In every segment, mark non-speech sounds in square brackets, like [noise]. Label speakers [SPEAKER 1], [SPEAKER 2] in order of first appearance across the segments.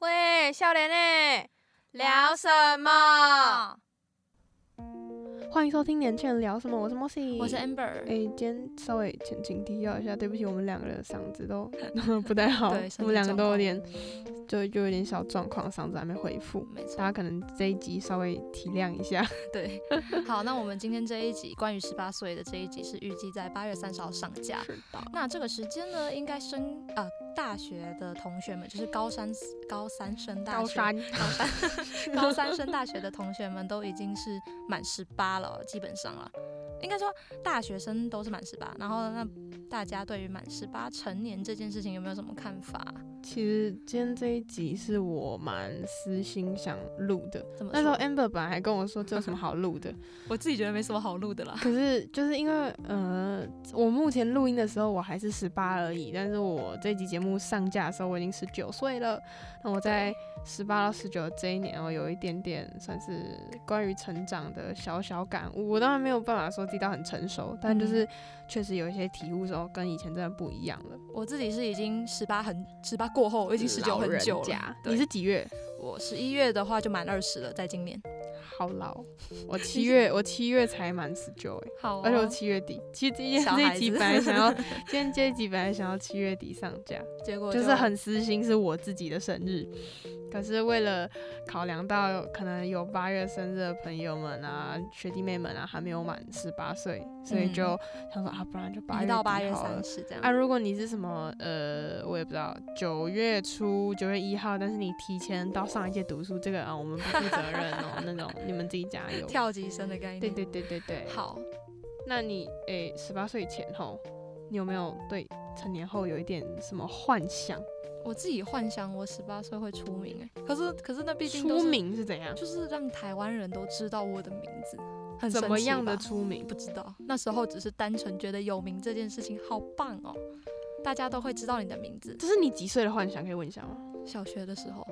[SPEAKER 1] 诶，少年诶，聊什么？嗯欢迎收听《年轻人聊什么》，我是 Mossy，
[SPEAKER 2] 我是
[SPEAKER 1] 哎、
[SPEAKER 2] Amber，
[SPEAKER 1] 今天稍微前情提要一下，对不起，我们两个的嗓子都 [laughs] 不太好
[SPEAKER 2] 对，
[SPEAKER 1] 我
[SPEAKER 2] 身体
[SPEAKER 1] 们两个
[SPEAKER 2] 状
[SPEAKER 1] 都有
[SPEAKER 2] 况
[SPEAKER 1] 点，就就有点小状况，嗓子还没恢复，
[SPEAKER 2] 没
[SPEAKER 1] 大
[SPEAKER 2] 错，
[SPEAKER 1] 家可能这一集稍微体谅一下。
[SPEAKER 2] [laughs] 对。好，那我们今天这一集关于十八岁的这一集是预计在八月三十号上架。
[SPEAKER 1] 是的，
[SPEAKER 2] 那这个时间呢，应该升呃大学的同学们，就是高三高三升大
[SPEAKER 1] 高
[SPEAKER 2] 学
[SPEAKER 1] 山
[SPEAKER 2] 高三 [laughs] 高三升大学的同学们都已经是满十八了，基本上了。应该说大学生都是满十八，然后那大家对于满十八成年这件事情有没有什么看法？
[SPEAKER 1] 其实今天这一集是我蛮私心想录的，
[SPEAKER 2] 怎么
[SPEAKER 1] 那时候
[SPEAKER 2] 说？
[SPEAKER 1] Amber 本来还跟我说这有什么好
[SPEAKER 2] [laughs]
[SPEAKER 1] 录的，
[SPEAKER 2] 哎我自己觉得没什么好录的啦。
[SPEAKER 1] 可是就是因为呃，我目前录音的时候我还是十八而已，但是我这集节目上架的时候我已经十九岁了。那我在十八到十九这一年，我哦有一点点算是关于成长的小小感悟。我当然没有办法说自己到很成熟，但
[SPEAKER 2] 嗯
[SPEAKER 1] 就是确实有一些体悟之后跟以前真的不一样了。
[SPEAKER 2] 我自己是已经十八很十八过后，我已经十九很久
[SPEAKER 1] 老人家
[SPEAKER 2] 了。
[SPEAKER 1] 你
[SPEAKER 2] 对，
[SPEAKER 1] 是几月？
[SPEAKER 2] 我十一月的话就满二十了，在今年。
[SPEAKER 1] 好老，哦
[SPEAKER 2] [laughs]
[SPEAKER 1] 我七月，我七月才满十九哎。
[SPEAKER 2] 好、啊
[SPEAKER 1] 而且我七月底，其实今 [laughs] 天
[SPEAKER 2] 哦小
[SPEAKER 1] 这
[SPEAKER 2] 孩
[SPEAKER 1] 一集
[SPEAKER 2] 子
[SPEAKER 1] 本
[SPEAKER 2] [laughs]
[SPEAKER 1] 来想要，今天这一集本来想要七月底上架，
[SPEAKER 2] 结果
[SPEAKER 1] 就是很私心，是我自己的生日。可是为了考量到可能有八月生日的朋友们啊、学弟妹们啊还没有满十八岁，所以
[SPEAKER 2] 嗯
[SPEAKER 1] 就想说啊，不然就八
[SPEAKER 2] 一
[SPEAKER 1] 月
[SPEAKER 2] 到
[SPEAKER 1] 底
[SPEAKER 2] 八月
[SPEAKER 1] 好了
[SPEAKER 2] 三十这样。
[SPEAKER 1] 啊，如果你是什么呃，我也不知道，九月初九月一号，但是你提前到上一届读书，这个啊我们不负责任 [laughs] 哦，那种你们自己加油。
[SPEAKER 2] 跳级生的概念。
[SPEAKER 1] 对对对对对。
[SPEAKER 2] 好，
[SPEAKER 1] 那你诶，十八岁前后，你有没有对成年后有一点什么幻想？
[SPEAKER 2] 我自己幻想我十八岁会出名哎、可是可是那毕竟都
[SPEAKER 1] 出
[SPEAKER 2] 是，
[SPEAKER 1] 名是怎样？
[SPEAKER 2] 就是让台湾人都知道我的名字，很
[SPEAKER 1] 怎么样的
[SPEAKER 2] 神奇吧
[SPEAKER 1] 出名？
[SPEAKER 2] 不知道。那时候只是单纯觉得有名这件事情好棒哦，大家都会知道你的名字。
[SPEAKER 1] 这是你几岁的幻想？可以问一下吗？
[SPEAKER 2] 小学的时候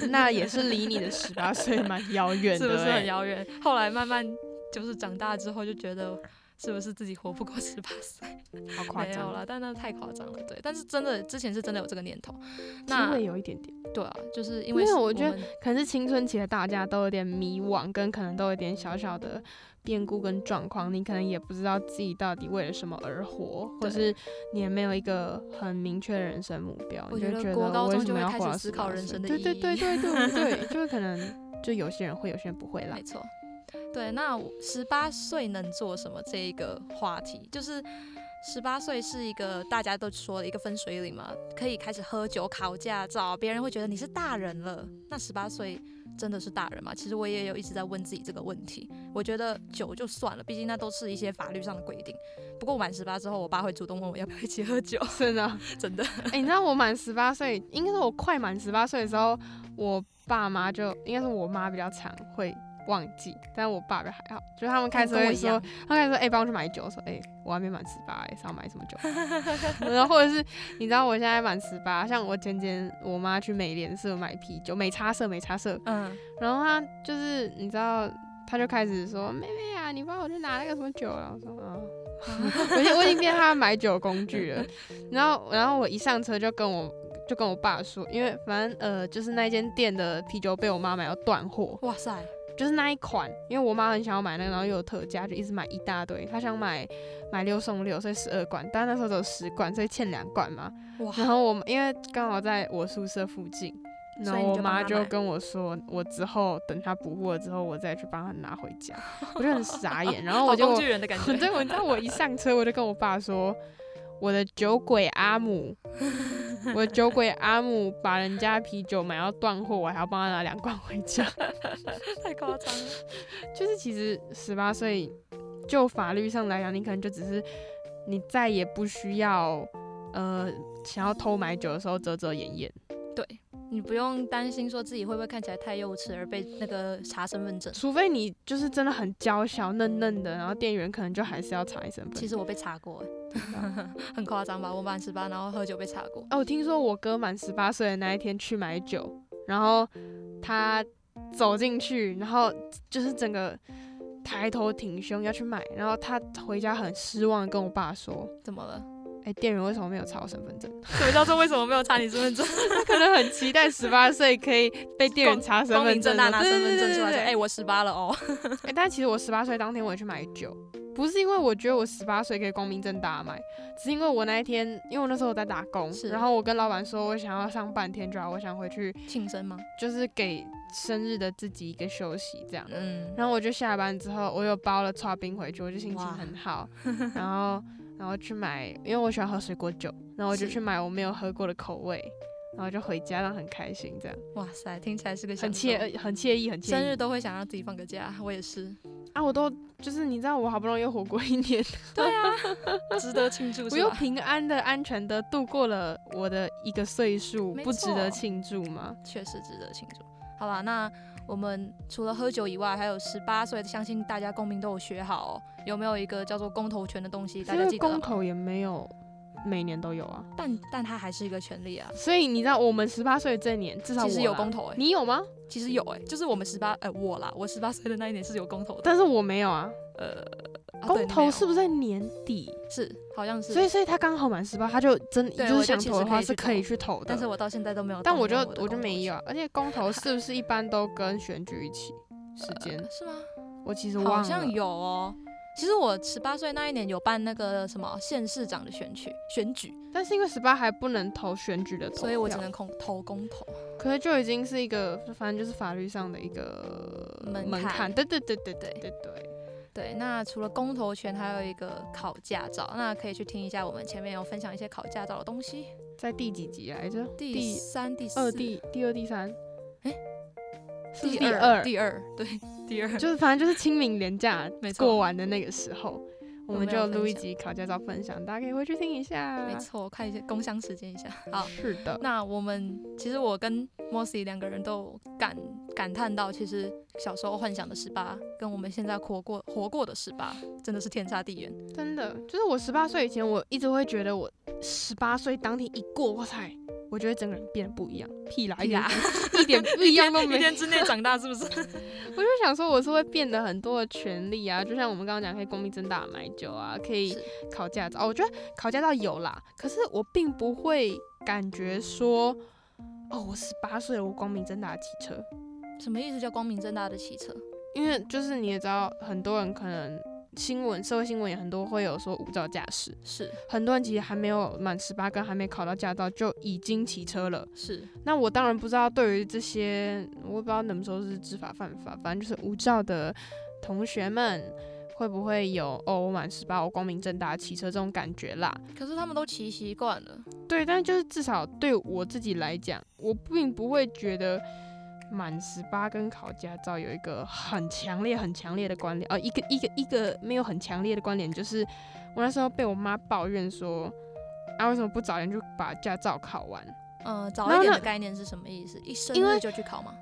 [SPEAKER 1] [laughs] 那也是离你的十八岁蛮遥 [laughs] 远的、
[SPEAKER 2] 是不是很
[SPEAKER 1] 欸
[SPEAKER 2] 遥远？后来慢慢就是长大之后就觉得。是不是自己活不过十八岁？
[SPEAKER 1] 好夸
[SPEAKER 2] 没有
[SPEAKER 1] 张，
[SPEAKER 2] 了，但那太夸张了。对，但是真的之前是真的有这个念头。
[SPEAKER 1] 稍
[SPEAKER 2] 那
[SPEAKER 1] 微有一点点，
[SPEAKER 2] 对啊，就是因为
[SPEAKER 1] 没有
[SPEAKER 2] 是
[SPEAKER 1] 我觉得
[SPEAKER 2] 们
[SPEAKER 1] 可能是青春期的大家都有点迷惘，跟可能都有点小小的变故跟状况，你可能也不知道自己到底为了什么而活，或
[SPEAKER 2] 对
[SPEAKER 1] 是你也没有一个很明确的人生目标，
[SPEAKER 2] 我
[SPEAKER 1] 你
[SPEAKER 2] 觉
[SPEAKER 1] 就
[SPEAKER 2] 得
[SPEAKER 1] 觉
[SPEAKER 2] 国
[SPEAKER 1] 得
[SPEAKER 2] 高
[SPEAKER 1] 我为
[SPEAKER 2] 中
[SPEAKER 1] 什
[SPEAKER 2] 就
[SPEAKER 1] 么
[SPEAKER 2] 会
[SPEAKER 1] 要
[SPEAKER 2] 开
[SPEAKER 1] 活
[SPEAKER 2] 始
[SPEAKER 1] 到
[SPEAKER 2] 思考
[SPEAKER 1] 18
[SPEAKER 2] 人
[SPEAKER 1] 岁
[SPEAKER 2] 生的
[SPEAKER 1] 对
[SPEAKER 2] 意
[SPEAKER 1] 对对
[SPEAKER 2] 义
[SPEAKER 1] 对对
[SPEAKER 2] [laughs]
[SPEAKER 1] 对，就是可能就有些人会，有些人不会啦
[SPEAKER 2] 没。错，对。那十八岁能做什么这一个话题，就是十八岁是一个大家都说的一个分水岭嘛，可以开始喝酒、考驾照，别人会觉得你是大人了。那十八岁真的是大人吗？其实我也有一直在问自己这个问题。我觉得酒就算了，毕竟那都是一些法律上的规定。不过满十八之后，我爸会主动问我要不要一起喝酒，
[SPEAKER 1] [laughs]
[SPEAKER 2] [laughs]
[SPEAKER 1] 真的，
[SPEAKER 2] 真的。
[SPEAKER 1] [laughs] 哎、你知道我满十八岁，应该是我快满十八岁的时候，我爸妈就应该是我妈比较常会忘记，但我爸比较还好，就是他们开始
[SPEAKER 2] 跟我
[SPEAKER 1] 会
[SPEAKER 2] 一
[SPEAKER 1] 说
[SPEAKER 2] 样，，
[SPEAKER 1] 他们开始说，哎、帮我去买酒，我说，哎、我还没满十八，哎，是要买什么酒？ [laughs] 然后或者是你知道我现在满十八，像我前天我妈去美联社买啤酒，美差社美差社，
[SPEAKER 2] 嗯，
[SPEAKER 1] 然后她就是你知道，她就开始说，妹妹啊，你帮我去拿那个什么酒了，我说啊。 [laughs] 我已经我已经变他的买酒工具了。然后然后我一上车就跟我就跟我爸说，因为反正呃就是那间店的啤酒被我妈买要断货，
[SPEAKER 2] 哇塞，
[SPEAKER 1] 就是那一款，因为我妈很想要买那个，然后又有特价，就一直买一大堆。她想买买六送六，所以十二罐，但那时候只有十罐，所以欠两罐嘛。
[SPEAKER 2] 哇，
[SPEAKER 1] 然后我们因为刚好在我宿舍附近。然
[SPEAKER 2] 所以
[SPEAKER 1] 后
[SPEAKER 2] 你
[SPEAKER 1] 我
[SPEAKER 2] 就帮
[SPEAKER 1] 妈
[SPEAKER 2] 她
[SPEAKER 1] 就
[SPEAKER 2] 买
[SPEAKER 1] 跟我说，我之后等她补货之后，我再去帮她拿回家，我就很傻眼。然后我
[SPEAKER 2] 好
[SPEAKER 1] 就
[SPEAKER 2] 工具人的感
[SPEAKER 1] 我
[SPEAKER 2] 觉。
[SPEAKER 1] [laughs] 对，我知道我一上车我就跟我爸说，我的酒鬼阿姆，我的酒鬼阿姆把人家啤酒买到断货，我还要帮他拿两罐回家。 [laughs]
[SPEAKER 2] 太夸张了。
[SPEAKER 1] 就是其实十八岁，就法律上来讲，你可能就只是你再也不需要。呃，想要偷买酒的时候遮遮掩掩，
[SPEAKER 2] 对你不用担心说自己会不会看起来太幼稚而被那个查身份证。
[SPEAKER 1] 除非你就是真的很娇小嫩嫩的，然后店员可能就还是要查一身份证。
[SPEAKER 2] 其实我被查过
[SPEAKER 1] 啊
[SPEAKER 2] 欸， [laughs] 很夸张吧？我满十八，然后喝酒被查过。
[SPEAKER 1] 哦，我听说我哥满十八岁的那一天去买酒，然后他走进去，然后就是整个抬头挺胸要去买，然后他回家很失望地跟我爸说
[SPEAKER 2] 怎么了？：“
[SPEAKER 1] 哎、哎，店员为什么没有查我身份证？
[SPEAKER 2] 什么叫做为什么没有查你身份证？
[SPEAKER 1] 他可能很期待十八岁可以被店员查身
[SPEAKER 2] 光
[SPEAKER 1] 份
[SPEAKER 2] 明正
[SPEAKER 1] 证
[SPEAKER 2] 大
[SPEAKER 1] 的，
[SPEAKER 2] 拿
[SPEAKER 1] 对
[SPEAKER 2] 身份证出来说，
[SPEAKER 1] 对对对
[SPEAKER 2] 哎、我十八了哦。
[SPEAKER 1] 哎、但其实我十八岁当天我也去买酒，不是因为我觉得我十八岁可以光明正大买，只是因为我那一天，因为我那时候我在打工
[SPEAKER 2] 是，
[SPEAKER 1] 然后我跟老板说我想要上半天假，我想回去，
[SPEAKER 2] 庆生吗？
[SPEAKER 1] 就是给生日的自己一个休息这样。
[SPEAKER 2] 嗯，
[SPEAKER 1] 然后我就下班之后，我又包了刨冰回去，我就心情
[SPEAKER 2] 哇
[SPEAKER 1] 很
[SPEAKER 2] [laughs]
[SPEAKER 1] 好，然后然后去买，因为我喜欢喝水果酒，然后我就是去买我没有喝过的口味，然后就回家，让很开心这样，
[SPEAKER 2] 哇塞，听起来是个
[SPEAKER 1] 很
[SPEAKER 2] 享受。
[SPEAKER 1] 惬呃很惬意，很惬意。
[SPEAKER 2] 生日都会想让自己放个假，我也是。
[SPEAKER 1] 啊，我都就是你知道，我好不容易又活过一年，
[SPEAKER 2] 对啊， [laughs] 值得庆祝
[SPEAKER 1] 我
[SPEAKER 2] 是
[SPEAKER 1] 又
[SPEAKER 2] 吧？
[SPEAKER 1] 平安的、安全的度过了我的一个岁数，
[SPEAKER 2] 没
[SPEAKER 1] 不值
[SPEAKER 2] 错
[SPEAKER 1] 得庆祝吗？
[SPEAKER 2] 确实值得庆祝。好吧，那我们除了喝酒以外，还有十八岁，相信大家公民都有学好、哦。有没有一个叫做公投权的东西？大
[SPEAKER 1] 因
[SPEAKER 2] 家
[SPEAKER 1] 为
[SPEAKER 2] 记得
[SPEAKER 1] 公
[SPEAKER 2] 吗？
[SPEAKER 1] 投也没有每年都有啊，
[SPEAKER 2] 但但它还是一个权利啊。
[SPEAKER 1] 所以你知道我们十八岁这年至少
[SPEAKER 2] 其实
[SPEAKER 1] 我
[SPEAKER 2] 有
[SPEAKER 1] 啦
[SPEAKER 2] 公投哎、
[SPEAKER 1] 你有吗？
[SPEAKER 2] 其实有哎、就是我们十八哎我啦，我十八岁的那一年是有公投的。
[SPEAKER 1] 但是我没有啊。
[SPEAKER 2] 呃，啊对
[SPEAKER 1] 公
[SPEAKER 2] 你没
[SPEAKER 1] 投
[SPEAKER 2] 有
[SPEAKER 1] 是不是在年底？
[SPEAKER 2] 是好像是，
[SPEAKER 1] 所以所以他刚好满十八，他就真
[SPEAKER 2] 对
[SPEAKER 1] 就
[SPEAKER 2] 我
[SPEAKER 1] 是
[SPEAKER 2] 就
[SPEAKER 1] 想
[SPEAKER 2] 其
[SPEAKER 1] 投
[SPEAKER 2] 实
[SPEAKER 1] 的
[SPEAKER 2] 可
[SPEAKER 1] 话
[SPEAKER 2] 以去
[SPEAKER 1] 是可以
[SPEAKER 2] 投
[SPEAKER 1] 去投的。
[SPEAKER 2] 但是我到现在都没有动用的
[SPEAKER 1] 但
[SPEAKER 2] 公投
[SPEAKER 1] 我
[SPEAKER 2] 权。
[SPEAKER 1] 就我就没有啊，而且公投是不是一般都跟选举一起时间？
[SPEAKER 2] 是吗？
[SPEAKER 1] 我其实
[SPEAKER 2] 好
[SPEAKER 1] 忘了
[SPEAKER 2] 像。有哦。其实我十八岁那一年有办那个什么县市长的选举选举，
[SPEAKER 1] 但是因为十八还不能投选举的投票，
[SPEAKER 2] 所以我只能空投公投。
[SPEAKER 1] 可是就已经是一个，反正就是法律上的一个
[SPEAKER 2] 门槛
[SPEAKER 1] 门槛。对对对对对
[SPEAKER 2] 对
[SPEAKER 1] 对对。
[SPEAKER 2] 对，那除了公投权，还有一个考驾照，那可以去听一下我们前面有分享一些考驾照的东西。
[SPEAKER 1] 在第几集来着？
[SPEAKER 2] 第
[SPEAKER 1] 第
[SPEAKER 2] 三、第四、
[SPEAKER 1] 二、第第二、第三。
[SPEAKER 2] 诶
[SPEAKER 1] 是
[SPEAKER 2] 第
[SPEAKER 1] 不是第
[SPEAKER 2] 二、
[SPEAKER 1] 二，
[SPEAKER 2] 第二，对，第二。
[SPEAKER 1] 就是反正就是清明年假
[SPEAKER 2] 没错
[SPEAKER 1] 过完的那个时候，我们
[SPEAKER 2] 没
[SPEAKER 1] 就
[SPEAKER 2] 有
[SPEAKER 1] 录
[SPEAKER 2] 分
[SPEAKER 1] 一
[SPEAKER 2] 享
[SPEAKER 1] 集考驾照分享，大家可以回去听一下。啊
[SPEAKER 2] 没错，看一下工商时间一下。好，
[SPEAKER 1] 是的，
[SPEAKER 2] 那我们其实我跟 Mossy 两个人都感感叹到，其实小时候幻想的十八，跟我们现在活过活过的十八，真的是天差地远。
[SPEAKER 1] 真的就是我十八岁以前，我一直会觉得我十八岁当天一过，哇塞，我觉得整个人变得不一样，屁啦，
[SPEAKER 2] 屁啦
[SPEAKER 1] 一点不一点不哎一样都
[SPEAKER 2] [laughs]
[SPEAKER 1] 没
[SPEAKER 2] 一
[SPEAKER 1] 有。
[SPEAKER 2] 天之内长大是不
[SPEAKER 1] [laughs]
[SPEAKER 2] 是？
[SPEAKER 1] 我就想说，我是会变得很多的权利啊，就像我们刚刚讲，可以光明正大地买酒啊，可以
[SPEAKER 2] 是
[SPEAKER 1] 考驾照。哦我觉得考驾照有啦，可是我并不会感觉说，哦，我十八岁了，我光明正大地骑车，
[SPEAKER 2] 什么意思叫光明正大的骑车？
[SPEAKER 1] 因为就是你也知道，很多人可能新闻、社会新闻也很多会有说无照驾驶，
[SPEAKER 2] 是
[SPEAKER 1] 很多人其实还没有满十八跟还没考到驾照就已经骑车了。
[SPEAKER 2] 是，
[SPEAKER 1] 那我当然不知道，对于这些我不知道能不能说是知法犯法，反正就是无照的同学们会不会有哦，我满十八，我光明正大骑车这种感觉啦？
[SPEAKER 2] 可是他们都骑习惯了。
[SPEAKER 1] 对，但是就是至少对我自己来讲，我并不会觉得满十八跟考驾照有一个很强烈、很强烈的关联。呃，一个一个一个没有很强烈的关联，就是我那时候被我妈抱怨说，啊，为什么不早点就把驾照考完？
[SPEAKER 2] 呃，早
[SPEAKER 1] 然
[SPEAKER 2] 一
[SPEAKER 1] 后
[SPEAKER 2] 点的
[SPEAKER 1] 呢
[SPEAKER 2] 概念是什么意思？一生
[SPEAKER 1] 因
[SPEAKER 2] 日
[SPEAKER 1] 为
[SPEAKER 2] 就去考吗？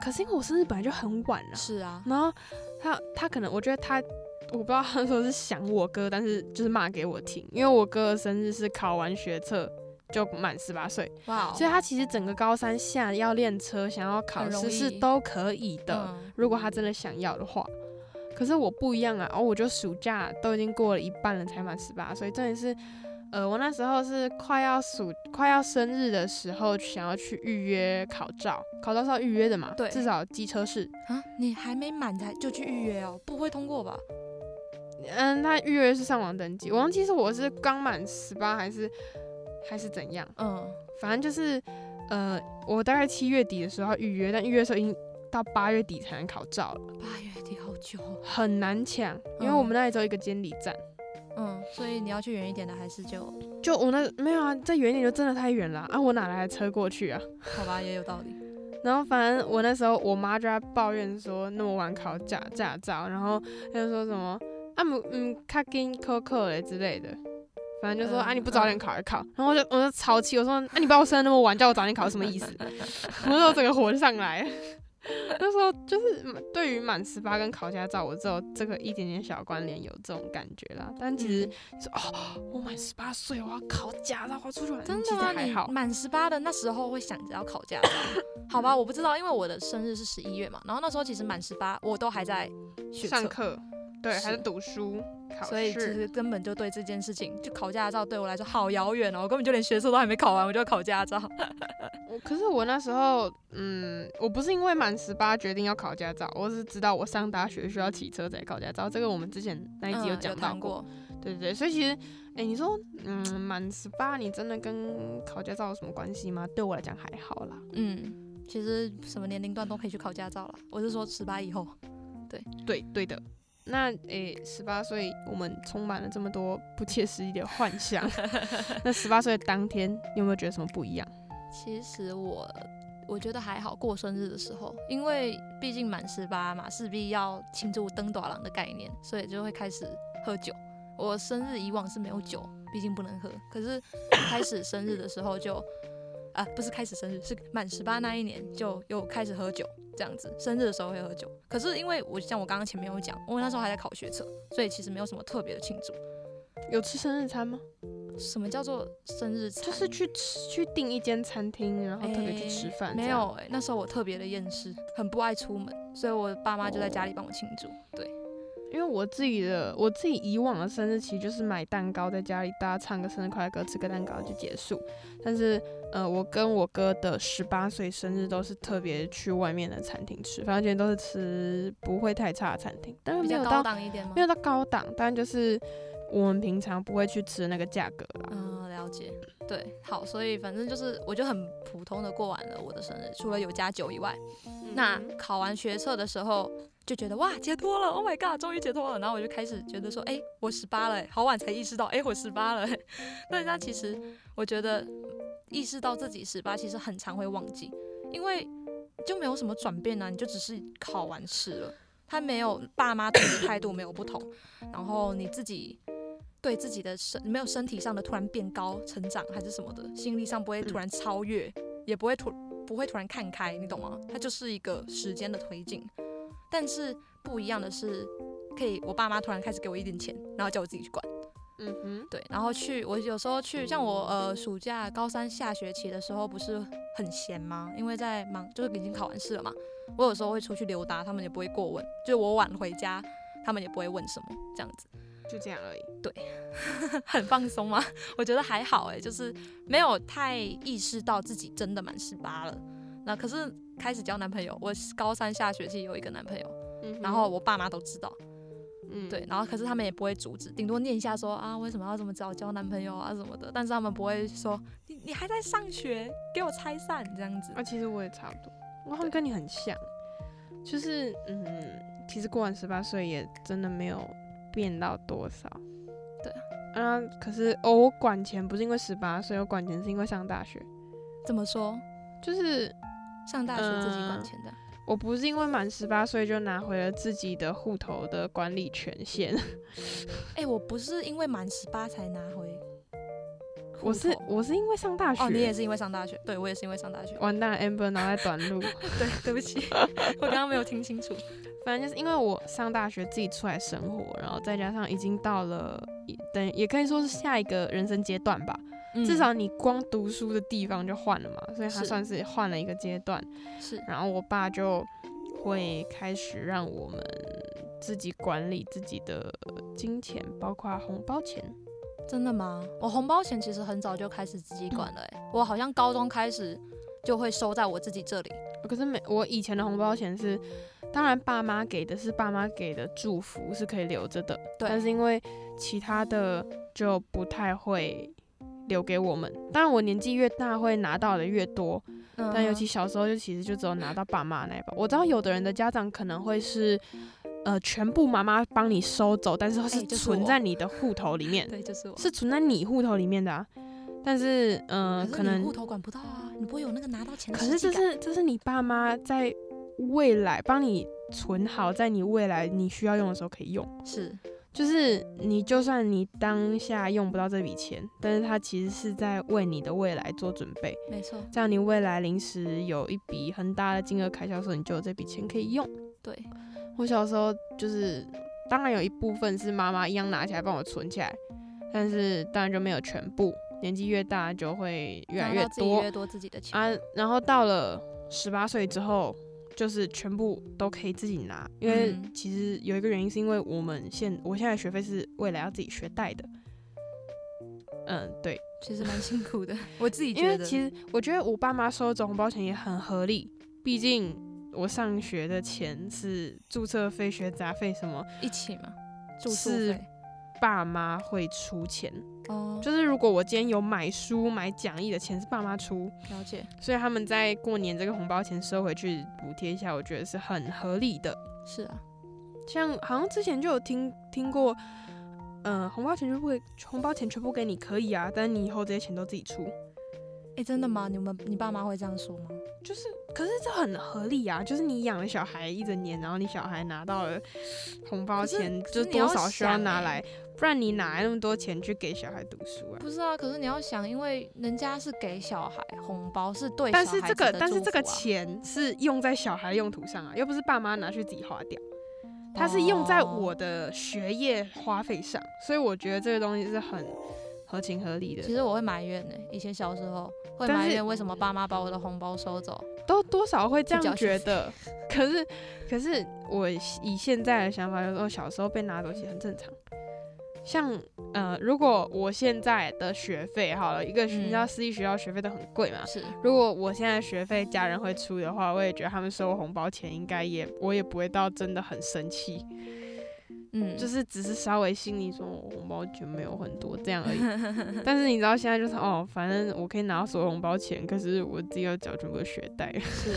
[SPEAKER 1] 可是因为我生日本来就很晚了、
[SPEAKER 2] 是啊，
[SPEAKER 1] 然后他他可能我觉得他我不知道他说是想我哥，但是就是骂给我听，因为我哥的生日是考完学测就满十八岁，
[SPEAKER 2] 哇哦，
[SPEAKER 1] 所以他其实整个高三下要练车、想要考
[SPEAKER 2] 很容
[SPEAKER 1] 试
[SPEAKER 2] 易
[SPEAKER 1] 是都可以的，
[SPEAKER 2] 嗯
[SPEAKER 1] 如果他真的想要的话。可是我不一样啊，哦，我就暑假都已经过了一半了，才满十八岁，重点是。呃，我那时候是快要暑快要生日的时候，想要去预约考照，考照是要预约的嘛，
[SPEAKER 2] 对
[SPEAKER 1] 至少机车是，
[SPEAKER 2] 啊，你还没满才就去预约哦，不会通过吧？
[SPEAKER 1] 嗯，他预约是上网登记，我忘记是我是刚满十八还是还是怎样，
[SPEAKER 2] 嗯，
[SPEAKER 1] 反正就是呃，我大概七月底的时候要预约，但预约的时候已经到八月底才能考照了，
[SPEAKER 2] 八月底好久哦，
[SPEAKER 1] 很难抢，因为我们那里只有一个监理站，
[SPEAKER 2] 嗯，所以你要去远一点的，还是就
[SPEAKER 1] 就我那没有啊，再远一点就真的太远了啊，啊我哪来的车过去啊？
[SPEAKER 2] 好吧，也有道 [laughs] 理。
[SPEAKER 1] 然后反正我那时候我妈就在抱怨说那么晚考驾驾照，然后她就说什么啊嗯嗯卡金扣扣嘞之类的，反正就说、
[SPEAKER 2] 嗯
[SPEAKER 1] 啊你不早点考一考，然后我就我就超气，我说啊你把我生得那么晚，叫我早点考什么意思？ [laughs] 我说我整个火就上来了。 [laughs] 那时候就是嗯对于满十八跟考驾照，我只有这个一点点小关联，有这种感觉啦。但其实、
[SPEAKER 2] 嗯
[SPEAKER 1] 哦我满十八岁，我要考驾照，我要出去玩，
[SPEAKER 2] 真
[SPEAKER 1] 其
[SPEAKER 2] 的
[SPEAKER 1] 实
[SPEAKER 2] 吗？
[SPEAKER 1] 还
[SPEAKER 2] 你
[SPEAKER 1] 好。
[SPEAKER 2] 满十八的那时候会想着要考驾 [laughs] 照？好吧，我不知道，因为我的生日是十一月嘛，然后那时候其实满十八，我都还在学
[SPEAKER 1] 上
[SPEAKER 2] 测，
[SPEAKER 1] 课对，
[SPEAKER 2] 是
[SPEAKER 1] 还是读书考试，
[SPEAKER 2] 所以其实根本就对这件事情，就考驾照对我来说好遥远哦，我根本就连学测都还没考完，我就要考驾照。
[SPEAKER 1] 我可是我那时候，嗯，我不是因为满十八决定要考驾照，我是知道我上大学需要骑车才考驾照，这个我们之前那一集
[SPEAKER 2] 嗯
[SPEAKER 1] 讲到
[SPEAKER 2] 谈过，
[SPEAKER 1] 对对对，所以其实，哎、你说，嗯，满十八你真的跟考驾照有什么关系吗？对我来讲还好啦，
[SPEAKER 2] 嗯，其实什么年龄段都可以去考驾照了，我是说十八以后。
[SPEAKER 1] 对对的。那诶，十八岁我们充满了这么多不切实际的幻
[SPEAKER 2] [laughs]
[SPEAKER 1] 想。那十八岁的当天，你有没有觉得什么不一样？
[SPEAKER 2] 其实我我觉得还好，过生日的时候，因为毕竟满十八嘛，势必要庆祝登短郎的概念，所以就会开始喝酒。我生日以往是没有酒，毕竟不能喝。可是开始生日的时候就，啊，不是开始生日，是满十八那一年就又开始喝酒，这样子。生日的时候会喝酒，可是因为我像我刚刚前面有讲，我那时候还在考学测，所以其实没有什么特别的庆祝。
[SPEAKER 1] 有吃生日餐吗？
[SPEAKER 2] 什么叫做生日餐？
[SPEAKER 1] 就是去吃去订一间餐厅，然后特别去吃饭、
[SPEAKER 2] 没有、欸，那时候我特别的厌世，很不爱出门，所以我爸妈就在家里帮我庆祝。
[SPEAKER 1] 哦
[SPEAKER 2] 对，
[SPEAKER 1] 因为我自己的我自己以往的生日期就是买蛋糕，在家里大家唱个生日快乐歌，吃个蛋糕就结束。但是呃，我跟我哥的十八岁生日都是特别去外面的餐厅吃，反正都是吃不会太差的餐厅，但是
[SPEAKER 2] 比
[SPEAKER 1] 没
[SPEAKER 2] 较
[SPEAKER 1] 有
[SPEAKER 2] 高
[SPEAKER 1] 到
[SPEAKER 2] 档一点吗
[SPEAKER 1] 没？有到高档，但就是我们平常不会去吃的那个价格啦。
[SPEAKER 2] 嗯，了解。对，好，所以反正就是我就很普通的过完了我的生日，除了有加酒以外，那考完学测的时候就觉得哇解脱了，Oh my god，终于解脱了。然后我就开始觉得说，哎、我十八了、哎好晚才意识到，哎、我十八了、 [laughs] 哎但那其实我觉得意识到自己十八，其实很常会忘记，因为就没有什么转变啊，你就只是考完试了，他没有爸妈对你的态度没有不同，然后你自己。对自己的身没有身体上的突然变高成长还是什么的，心理上不会突然超越，也不会突不会突然看开，你懂吗？它就是一个时间的推进。但是不一样的是，可以我爸妈突然开始给我一点钱，然后叫我自己去管。
[SPEAKER 1] 嗯哼，
[SPEAKER 2] 对，然后去我有时候去，像我呃暑假高三下学期的时候不是很闲吗？因为在忙，就是已经考完试了嘛。我有时候会出去溜达，他们也不会过问，就是我晚回家，他们也不会问什么这样子。
[SPEAKER 1] 就这样而已。
[SPEAKER 2] 很放松吗？ [laughs] 我觉得还好哎、就是没有太意识到自己真的满十八了。那可是开始交男朋友，我高三下学期有一个男朋友，
[SPEAKER 1] 嗯
[SPEAKER 2] 然后我爸妈都知道，
[SPEAKER 1] 嗯
[SPEAKER 2] 对，然后可是他们也不会阻止，顶多念一下说啊为什么要这么早交男朋友啊什么的，但是他们不会说你你还在上学，给我拆散这样子。
[SPEAKER 1] 啊，其实我也差不多，我好像
[SPEAKER 2] 对
[SPEAKER 1] 跟你很像，就是嗯，其实过完十八岁也真的没有变到多少。
[SPEAKER 2] 对
[SPEAKER 1] 啊，可是哦，我管钱不是因为十八岁，我管钱是因为上大学，
[SPEAKER 2] 怎么说？
[SPEAKER 1] 就是
[SPEAKER 2] 上大学自己管
[SPEAKER 1] 嗯
[SPEAKER 2] 钱的，
[SPEAKER 1] 我不是因为满十八岁就拿回了自己的户头的管理权限，
[SPEAKER 2] 哎、我不是因为满十八才拿回户头，
[SPEAKER 1] 我是我是因为上大学。
[SPEAKER 2] 哦，你也是因为上大学，对我也是因为上大学。
[SPEAKER 1] 完蛋了，amber 脑袋短路。
[SPEAKER 2] 对，对不起，我刚刚没有听清楚。
[SPEAKER 1] 反正就是因为我上大学自己出来生活，然后再加上已经到了等也可以说是下一个人生阶段吧，
[SPEAKER 2] 嗯
[SPEAKER 1] 至少你光读书的地方就换了嘛，所以他
[SPEAKER 2] 是
[SPEAKER 1] 算是换了一个阶段。
[SPEAKER 2] 是
[SPEAKER 1] 然后我爸就会开始让我们自己管理自己的金钱，包括红包钱。
[SPEAKER 2] 真的吗？我红包钱其实很早就开始自己管了、欸，我好像高中开始就会收在我自己这里。
[SPEAKER 1] 呃可是每我以前的红包钱是，当然爸妈给的是爸妈给的祝福是可以留着的，
[SPEAKER 2] 对
[SPEAKER 1] 但是因为其他的就不太会留给我们。当然我年纪越大会拿到的越多，
[SPEAKER 2] 嗯
[SPEAKER 1] 但尤其小时候就其实就只有拿到爸妈那一把。我知道有的人的家长可能会是，呃，全部妈妈帮你收走，但是是
[SPEAKER 2] 哎就是
[SPEAKER 1] 存
[SPEAKER 2] 我
[SPEAKER 1] 在你的户头里面，
[SPEAKER 2] 对，就是我。
[SPEAKER 1] 是存在你户头里面的啊。但是，嗯、
[SPEAKER 2] 是
[SPEAKER 1] 可
[SPEAKER 2] 你
[SPEAKER 1] 能
[SPEAKER 2] 户头管不到啊，你不会有那个拿到钱的
[SPEAKER 1] 可
[SPEAKER 2] 实
[SPEAKER 1] 是
[SPEAKER 2] 际
[SPEAKER 1] 这
[SPEAKER 2] 感。
[SPEAKER 1] 是这是你爸妈在未来帮你存好，在你未来你需要用的时候可以用。
[SPEAKER 2] 是
[SPEAKER 1] 就是你就算你当下用不到这笔钱，但是它其实是在为你的未来做准备，
[SPEAKER 2] 没错，
[SPEAKER 1] 这样你未来临时有一笔很大的金额开销的时候，你就有这笔钱可以用。
[SPEAKER 2] 对，
[SPEAKER 1] 我小时候就是，当然有一部分是妈妈一样拿起来帮我存起来，但是当然就没有全部。年纪越大就会越来
[SPEAKER 2] 拿
[SPEAKER 1] 越
[SPEAKER 2] 到自己
[SPEAKER 1] 多，啊
[SPEAKER 2] 越多自己的钱。
[SPEAKER 1] 啊，然后到了十八岁之后，就是全部都可以自己拿，因为
[SPEAKER 2] 嗯
[SPEAKER 1] 其实有一个原因是因为我们现我现在学费是未来要自己学贷的。嗯，对，
[SPEAKER 2] 其实蛮辛苦的， [laughs] 我自己
[SPEAKER 1] 因
[SPEAKER 2] 觉
[SPEAKER 1] 为
[SPEAKER 2] 得。
[SPEAKER 1] 其实我觉得我爸妈收这种红包钱也很合理，毕竟我上学的钱是注册费、学杂费什么，
[SPEAKER 2] 一起嘛，住宿
[SPEAKER 1] 是
[SPEAKER 2] 费
[SPEAKER 1] 爸妈会出钱。
[SPEAKER 2] 哦，
[SPEAKER 1] 就是如果我今天有买书、买讲义的钱是爸妈出，
[SPEAKER 2] 了解
[SPEAKER 1] 所以他们在过年这个红包钱收回去补贴一下，我觉得是很合理的。
[SPEAKER 2] 是啊，
[SPEAKER 1] 像好像之前就有听听过，呃，红包钱全部给红包钱全部给你可以啊，但你以后这些钱都自己出，
[SPEAKER 2] 哎，真的吗？你们你爸妈会这样说吗？
[SPEAKER 1] 就是可是这很合理啊，就是你养了小孩一整年，然后你小孩拿到了红包钱，
[SPEAKER 2] 可是
[SPEAKER 1] 就
[SPEAKER 2] 可是你
[SPEAKER 1] 多
[SPEAKER 2] 要
[SPEAKER 1] 少需要
[SPEAKER 2] 想
[SPEAKER 1] 拿
[SPEAKER 2] 欸
[SPEAKER 1] 来，不然你哪来那么多钱去给小孩读书啊？
[SPEAKER 2] 不是啊，可是你要想，因为人家是给小孩红包，是对
[SPEAKER 1] 但
[SPEAKER 2] 小
[SPEAKER 1] 是
[SPEAKER 2] 孩
[SPEAKER 1] 这
[SPEAKER 2] 子
[SPEAKER 1] 个，
[SPEAKER 2] 的
[SPEAKER 1] 但是
[SPEAKER 2] 祝
[SPEAKER 1] 这个
[SPEAKER 2] 福啊，
[SPEAKER 1] 钱是用在小孩用途上啊，又不是爸妈拿去自己花掉，它是用在我
[SPEAKER 2] 哦
[SPEAKER 1] 的学业花费上，所以我觉得这个东西是很合情合理的。
[SPEAKER 2] 其实我会埋怨呢、以前小时候会
[SPEAKER 1] 但
[SPEAKER 2] 埋
[SPEAKER 1] 是
[SPEAKER 2] 怨为什么爸妈把我的红包收走，
[SPEAKER 1] 都多少会这
[SPEAKER 2] 去缴
[SPEAKER 1] 样
[SPEAKER 2] 学
[SPEAKER 1] 觉
[SPEAKER 2] 费
[SPEAKER 1] 得。可是，可是我以现在的想法就是，说小时候被拿走其实很正常。像呃，如果我现在的学费好了，一个学
[SPEAKER 2] 嗯
[SPEAKER 1] 你知道私立学校学费都很贵嘛。
[SPEAKER 2] 是
[SPEAKER 1] 如果我现在学费家人会出的话，我也觉得他们收我红包钱应该也我也不会到真的很生气，
[SPEAKER 2] 嗯，
[SPEAKER 1] 就是是只是稍微心里说我红包钱没有很多这样而已。但是你知道现在就是哦，反正我可以拿到所有红包钱，可是我自己要缴全部的学贷。
[SPEAKER 2] 是。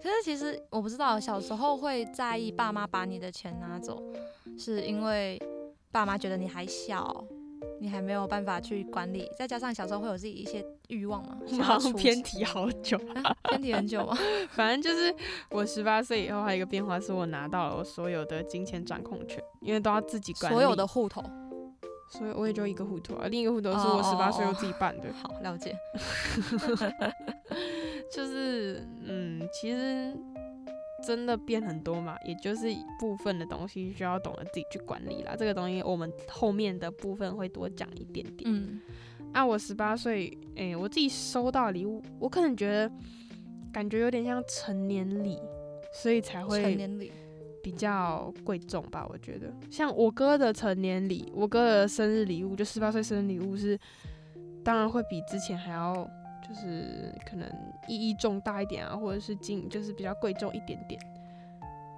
[SPEAKER 2] 可是其实我不知道，小时候会在意爸妈把你的钱拿走，是因为爸妈觉得你还小，你还没有办法去管理，再加上小时候会有自己一些欲望嘛，
[SPEAKER 1] 我
[SPEAKER 2] 想
[SPEAKER 1] 们 [laughs]
[SPEAKER 2] 要
[SPEAKER 1] 好
[SPEAKER 2] 出
[SPEAKER 1] 像偏
[SPEAKER 2] [laughs]
[SPEAKER 1] 题好久，
[SPEAKER 2] 啊偏题很久嘛。
[SPEAKER 1] 反正就是我十八岁以后还有一个变化，是我拿到了我所有的金钱掌控权，因为都要自己 [laughs] 管理。
[SPEAKER 2] 所有的，户头。
[SPEAKER 1] 所以我也就一个户头啊，另一个户头是我
[SPEAKER 2] 哦
[SPEAKER 1] 十八岁
[SPEAKER 2] 哦
[SPEAKER 1] 后自己办
[SPEAKER 2] [laughs]
[SPEAKER 1] 的。
[SPEAKER 2] 好，了解。
[SPEAKER 1] 就是嗯，其实真的变很多嘛，也就是部分的东西需要懂得自己去管理啦。这个东西我们后面的部分会多讲一点点。
[SPEAKER 2] 嗯，
[SPEAKER 1] 啊，我十八岁，诶、我自己收到礼物，我可能觉得感觉有点像成年礼，所以才会
[SPEAKER 2] 成年礼
[SPEAKER 1] 比较贵重吧，我觉得。像我哥的成年礼，我哥的生日礼物，就十八岁生日礼物是，当然会比之前还要就是可能意义重大一点啊，或者是金就是比较贵重一点点。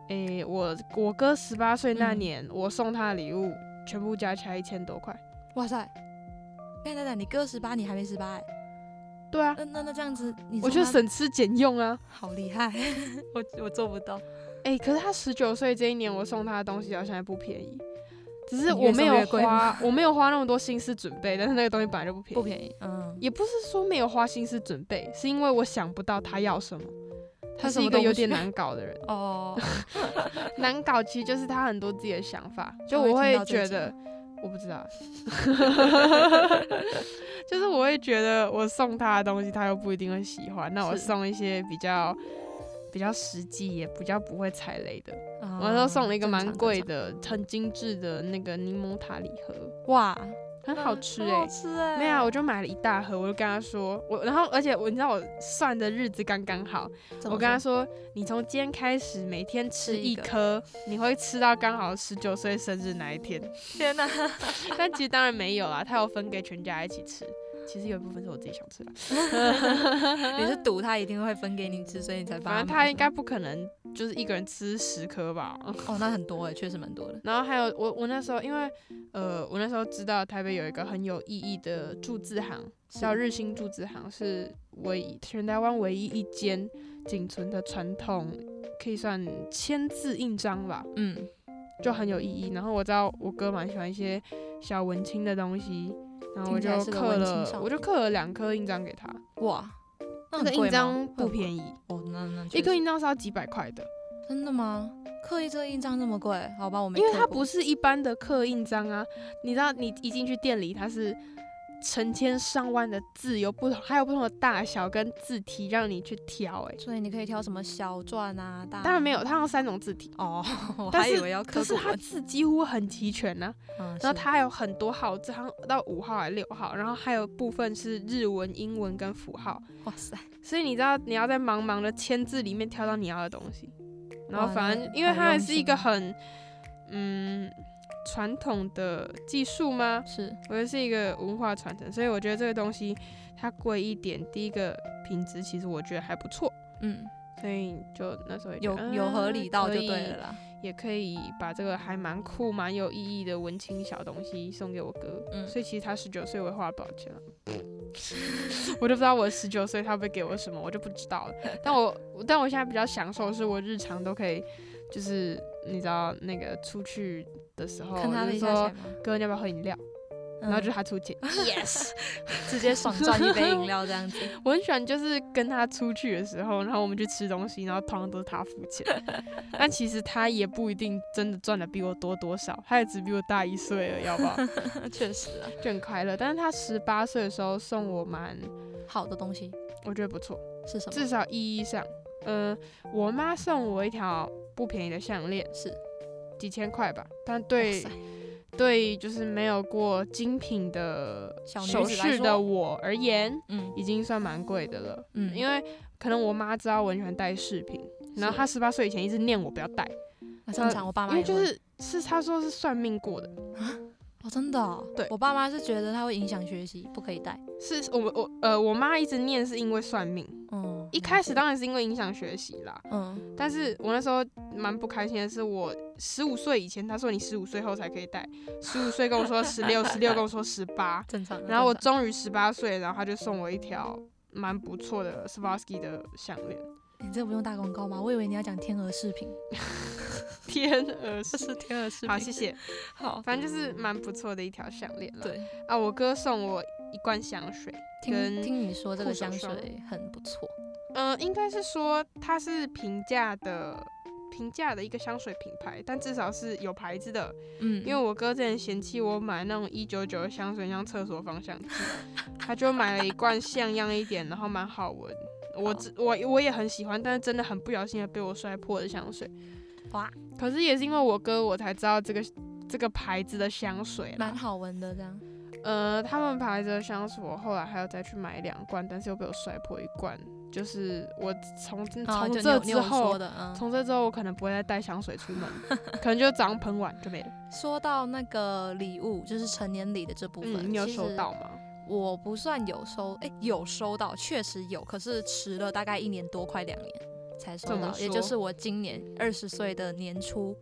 [SPEAKER 1] 诶、我我哥十八岁那
[SPEAKER 2] 嗯
[SPEAKER 1] 年，我送他的礼物全部加起来一千多块。
[SPEAKER 2] 哇塞！等等等，你哥十八，你还没十八哎？
[SPEAKER 1] 对啊，
[SPEAKER 2] 那那那这样子，你送
[SPEAKER 1] 我就
[SPEAKER 2] 他
[SPEAKER 1] 省吃俭用啊。
[SPEAKER 2] 好厉害， [laughs] 我我做不到。
[SPEAKER 1] 诶、可是他十九岁这一年，我送他的东西好像也不便宜。只是
[SPEAKER 2] 你越
[SPEAKER 1] 我没
[SPEAKER 2] 送
[SPEAKER 1] 有
[SPEAKER 2] 越贵吗
[SPEAKER 1] 花，我没有花那么多心思准备，但是那个东西本来就不便宜，
[SPEAKER 2] 不便宜，嗯，
[SPEAKER 1] 也不是说没有花心思准备，是因为我想不到他要什么。他
[SPEAKER 2] 他
[SPEAKER 1] 是一个有点难搞的
[SPEAKER 2] [laughs]
[SPEAKER 1] 人， [laughs]
[SPEAKER 2] 哦，
[SPEAKER 1] 难搞其实就是他很多自己的想法，就
[SPEAKER 2] 他会
[SPEAKER 1] 我
[SPEAKER 2] 听
[SPEAKER 1] 会
[SPEAKER 2] 到这
[SPEAKER 1] 觉
[SPEAKER 2] 一集
[SPEAKER 1] 得，我不知道， [laughs] 就是我会觉得我送他的东西他又不一定会喜欢，那我
[SPEAKER 2] 是
[SPEAKER 1] 送一些比较比较实际也比较不会踩雷的，
[SPEAKER 2] 嗯
[SPEAKER 1] 我都送了一个
[SPEAKER 2] 正
[SPEAKER 1] 蛮
[SPEAKER 2] 常
[SPEAKER 1] 贵
[SPEAKER 2] 正
[SPEAKER 1] 的、很精致的那个柠檬塔礼盒，
[SPEAKER 2] 常哇，
[SPEAKER 1] 很好吃哎、
[SPEAKER 2] 很好吃哎，
[SPEAKER 1] 没有啊，我就买了一大盒，我就跟他说，我然后而且我你知道我算的日子刚刚好，
[SPEAKER 2] 怎么
[SPEAKER 1] 我跟他说，你从今天开始每天吃
[SPEAKER 2] 吃一
[SPEAKER 1] 一
[SPEAKER 2] 个
[SPEAKER 1] 颗，你会吃到刚好十九岁生日那一天。
[SPEAKER 2] 说，天哪，
[SPEAKER 1] [laughs] 但其实当然没有啦，他有分给全家一起吃。其实有一部分是我自己想吃的，
[SPEAKER 2] 你是赌他一定会分给你吃，所以你才帮
[SPEAKER 1] 反正
[SPEAKER 2] 买
[SPEAKER 1] 他
[SPEAKER 2] 是
[SPEAKER 1] 应该不可能就是一个人吃十颗吧。
[SPEAKER 2] 吗哦，那很多哎，确实蛮多的，
[SPEAKER 1] 然后还有我我那时候因为呃我那时候知道台北有一个很有意义的注字行，叫
[SPEAKER 2] 是
[SPEAKER 1] 日新注字行，是唯一全台湾唯一一间仅存的传统，可以算签字印章吧，
[SPEAKER 2] 嗯，
[SPEAKER 1] 就很有意义。然后我知道我哥蛮喜欢一些小文青的东西，然后我
[SPEAKER 2] 听起
[SPEAKER 1] 就
[SPEAKER 2] 来是个
[SPEAKER 1] 刻
[SPEAKER 2] 文青
[SPEAKER 1] 了
[SPEAKER 2] 少，
[SPEAKER 1] 我就
[SPEAKER 2] 女
[SPEAKER 1] 刻了两颗印章给他，
[SPEAKER 2] 哇，那
[SPEAKER 1] 那个
[SPEAKER 2] 很贵
[SPEAKER 1] 印
[SPEAKER 2] 吗
[SPEAKER 1] 章不
[SPEAKER 2] 宜
[SPEAKER 1] 便宜，
[SPEAKER 2] 哦，那那
[SPEAKER 1] 一
[SPEAKER 2] 确
[SPEAKER 1] 颗
[SPEAKER 2] 实
[SPEAKER 1] 印章是要几百块的，
[SPEAKER 2] 真的吗？刻意这个印章那么贵？好吧，我没
[SPEAKER 1] 因为
[SPEAKER 2] 刻
[SPEAKER 1] 它
[SPEAKER 2] 过
[SPEAKER 1] 不是一般的刻印章啊，你知道你一进去店里它是。成千上万的字，有不同，还有不同的大小跟字体让你去挑、欸。哎，
[SPEAKER 2] 所以你可以挑什么小篆啊，大
[SPEAKER 1] 当然没有，它有三种字体，
[SPEAKER 2] 哦， [laughs] 我
[SPEAKER 1] 但
[SPEAKER 2] 还以
[SPEAKER 1] 是
[SPEAKER 2] 为要
[SPEAKER 1] 可
[SPEAKER 2] 刻
[SPEAKER 1] 是
[SPEAKER 2] 骨
[SPEAKER 1] 它
[SPEAKER 2] 文，
[SPEAKER 1] 字几乎很齐全呢、
[SPEAKER 2] 嗯
[SPEAKER 1] 然后
[SPEAKER 2] 是
[SPEAKER 1] 它还有很多号字，好像到五号还是六号，然后还有部分是日文、英文跟符号，
[SPEAKER 2] 哇塞，
[SPEAKER 1] 所以你知道你要在茫茫的千字里面挑到你要的东西。然后
[SPEAKER 2] 哇
[SPEAKER 1] 反
[SPEAKER 2] 那
[SPEAKER 1] 正因为
[SPEAKER 2] 很
[SPEAKER 1] 它还
[SPEAKER 2] 用
[SPEAKER 1] 是
[SPEAKER 2] 心
[SPEAKER 1] 一个
[SPEAKER 2] 欸
[SPEAKER 1] 很嗯传统的技术吗？
[SPEAKER 2] 是
[SPEAKER 1] 我觉得是一个文化传承，所以我觉得这个东西它贵一点，第一个品质其实我觉得还不错，
[SPEAKER 2] 嗯，
[SPEAKER 1] 所以就那时候也觉
[SPEAKER 2] 有
[SPEAKER 1] 得
[SPEAKER 2] 有合
[SPEAKER 1] 嗯
[SPEAKER 2] 理到
[SPEAKER 1] 可
[SPEAKER 2] 就对
[SPEAKER 1] 以
[SPEAKER 2] 了啦，
[SPEAKER 1] 也可以把这个还蛮酷、蛮有意义的文青小东西送给我哥。
[SPEAKER 2] 嗯
[SPEAKER 1] 所以其实他十九岁，我也花了多少钱了、 [laughs] 我都不知道我十九岁他会给我什么，我就不知
[SPEAKER 2] [laughs]
[SPEAKER 1] 道了。但我但我现在比较享受，是我日常都可以，就是你知道那个出去的时候，
[SPEAKER 2] 看他
[SPEAKER 1] 哦就
[SPEAKER 2] 的
[SPEAKER 1] 是
[SPEAKER 2] 一下嗯
[SPEAKER 1] 说
[SPEAKER 2] 钱吗？
[SPEAKER 1] 哥你要不要喝饮料， [laughs] 然后就是他出钱。yes，
[SPEAKER 2] 直接爽赚一杯饮料这样子，
[SPEAKER 1] 我很喜欢就是跟他出去的时候，然后我们去吃东西，然后通常都是他付
[SPEAKER 2] [laughs]
[SPEAKER 1] 钱。但其实他也不一定真的赚的比我多多少，他也只比我大一岁了，要
[SPEAKER 2] [laughs]
[SPEAKER 1] 不好？
[SPEAKER 2] [laughs] 确实
[SPEAKER 1] [laughs]
[SPEAKER 2] 啊，
[SPEAKER 1] 就很快乐。但是他十八岁的时候送我蛮，
[SPEAKER 2] 好的东西
[SPEAKER 1] 我觉得不错，
[SPEAKER 2] 是什么？
[SPEAKER 1] 至少意义上，嗯、我妈送我一条不便宜的项链，
[SPEAKER 2] 是哇
[SPEAKER 1] 几千块吧。但对
[SPEAKER 2] 塞
[SPEAKER 1] 对，就是没有过精品的
[SPEAKER 2] 小女
[SPEAKER 1] 首
[SPEAKER 2] 子来
[SPEAKER 1] 饰的
[SPEAKER 2] 说
[SPEAKER 1] 我而言，
[SPEAKER 2] 嗯
[SPEAKER 1] 已经算蛮贵的了。
[SPEAKER 2] 嗯，
[SPEAKER 1] 因为可能我妈知道我很喜欢戴饰品，然后她十八岁以前一直念我不要戴，
[SPEAKER 2] 那正常，我爸
[SPEAKER 1] 呃因
[SPEAKER 2] 妈
[SPEAKER 1] 为
[SPEAKER 2] 也
[SPEAKER 1] 就
[SPEAKER 2] 会
[SPEAKER 1] 是是她说是算命过的，
[SPEAKER 2] 哦，真的哦、
[SPEAKER 1] 对
[SPEAKER 2] 我爸妈是觉得它会影响学习，不可以带。
[SPEAKER 1] 是我们我呃我妈一直念是因为算命，
[SPEAKER 2] 嗯，
[SPEAKER 1] 一
[SPEAKER 2] 了
[SPEAKER 1] 开始
[SPEAKER 2] 解，
[SPEAKER 1] 当然是因为影响学习啦，
[SPEAKER 2] 嗯，
[SPEAKER 1] 但是我那时候蛮不开心的是，我十五岁以前她说你十五岁后才可以戴，十五岁跟我说十六，十六跟我说十八，
[SPEAKER 2] [laughs] 正常。啊
[SPEAKER 1] 然后我
[SPEAKER 2] 正
[SPEAKER 1] 终于十八岁，然后她就送我一条蛮不错的 Swarovski 的项链， [laughs]
[SPEAKER 2] 常你这个不用打广告吗？我以为你要讲天鹅饰品，
[SPEAKER 1] 天鹅
[SPEAKER 2] 这
[SPEAKER 1] [laughs] 是
[SPEAKER 2] 是天鹅饰品。
[SPEAKER 1] [laughs] 好谢，
[SPEAKER 2] [laughs]
[SPEAKER 1] 谢，
[SPEAKER 2] 好，
[SPEAKER 1] 反正就是蛮不错的一条项链了。
[SPEAKER 2] 对，
[SPEAKER 1] 啊，我哥送我一罐香水，跟
[SPEAKER 2] 听听你说这
[SPEAKER 1] 护
[SPEAKER 2] 个
[SPEAKER 1] 手
[SPEAKER 2] 香
[SPEAKER 1] 霜
[SPEAKER 2] 水很不错，
[SPEAKER 1] 嗯、应该是说它是平价的。平价的一个香水品牌，但至少是有牌子的。
[SPEAKER 2] 嗯，
[SPEAKER 1] 因为我哥之前嫌弃我买那种一九九的香水，像厕所芳香剂，他就买了一罐像样一点，然后蛮好闻。我
[SPEAKER 2] 好
[SPEAKER 1] 只我我也很喜欢，但是真的很不小心的被我摔破的香水。
[SPEAKER 2] 哇，
[SPEAKER 1] 可是也是因为我哥，我才知道这个这个牌子的香水啦
[SPEAKER 2] 蛮。好闻的这样。
[SPEAKER 1] 呃，他们牌子的香水，我后来还要再去买两罐，但是又被我摔破一罐。就是我从
[SPEAKER 2] 啊，
[SPEAKER 1] 嗯从
[SPEAKER 2] 就你
[SPEAKER 1] 这
[SPEAKER 2] 有你
[SPEAKER 1] 之
[SPEAKER 2] 有说
[SPEAKER 1] 后，
[SPEAKER 2] 的，嗯。
[SPEAKER 1] 从这之后我可能不会再带香水出
[SPEAKER 2] [laughs]
[SPEAKER 1] 门，可能就早上喷完就没了。
[SPEAKER 2] 说到那个礼物，就是成年礼的这部分，
[SPEAKER 1] 嗯，你有
[SPEAKER 2] 其
[SPEAKER 1] 收
[SPEAKER 2] 实
[SPEAKER 1] 到吗？
[SPEAKER 2] 我不算有收，哎、有收到，确实有，可是迟了大概一年多，快两年才收
[SPEAKER 1] 怎么
[SPEAKER 2] 到，也
[SPEAKER 1] 说
[SPEAKER 2] 就是我今年二十岁的年初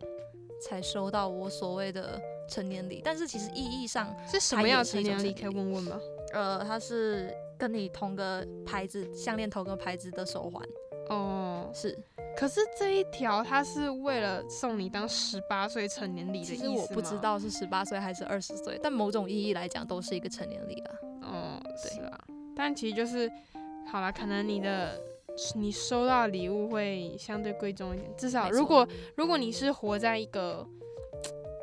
[SPEAKER 2] 才收到我所谓的成年礼。但是其实意义上，
[SPEAKER 1] 是什
[SPEAKER 2] 它
[SPEAKER 1] 么
[SPEAKER 2] 也
[SPEAKER 1] 样的
[SPEAKER 2] 是
[SPEAKER 1] 成
[SPEAKER 2] 一种
[SPEAKER 1] 年礼？
[SPEAKER 2] 成
[SPEAKER 1] 可
[SPEAKER 2] 年
[SPEAKER 1] 以
[SPEAKER 2] 礼
[SPEAKER 1] 问问吗？
[SPEAKER 2] 呃，它是跟你同个牌子项链、同个牌子的手环，
[SPEAKER 1] 哦，
[SPEAKER 2] 是。
[SPEAKER 1] 可是这一条它是为了送你当十八岁成年礼的
[SPEAKER 2] 其
[SPEAKER 1] 意
[SPEAKER 2] 实
[SPEAKER 1] 思
[SPEAKER 2] 我不知
[SPEAKER 1] 吗。
[SPEAKER 2] 道是十八岁还是二十岁，但某种意义来讲都是一个成年礼啊啦。
[SPEAKER 1] 哦，
[SPEAKER 2] 对
[SPEAKER 1] 是啊，但其实就是好了，可能你的你收到的礼物会相对贵重一点，至少
[SPEAKER 2] 没
[SPEAKER 1] 如
[SPEAKER 2] 错
[SPEAKER 1] 果如果你是活在一个。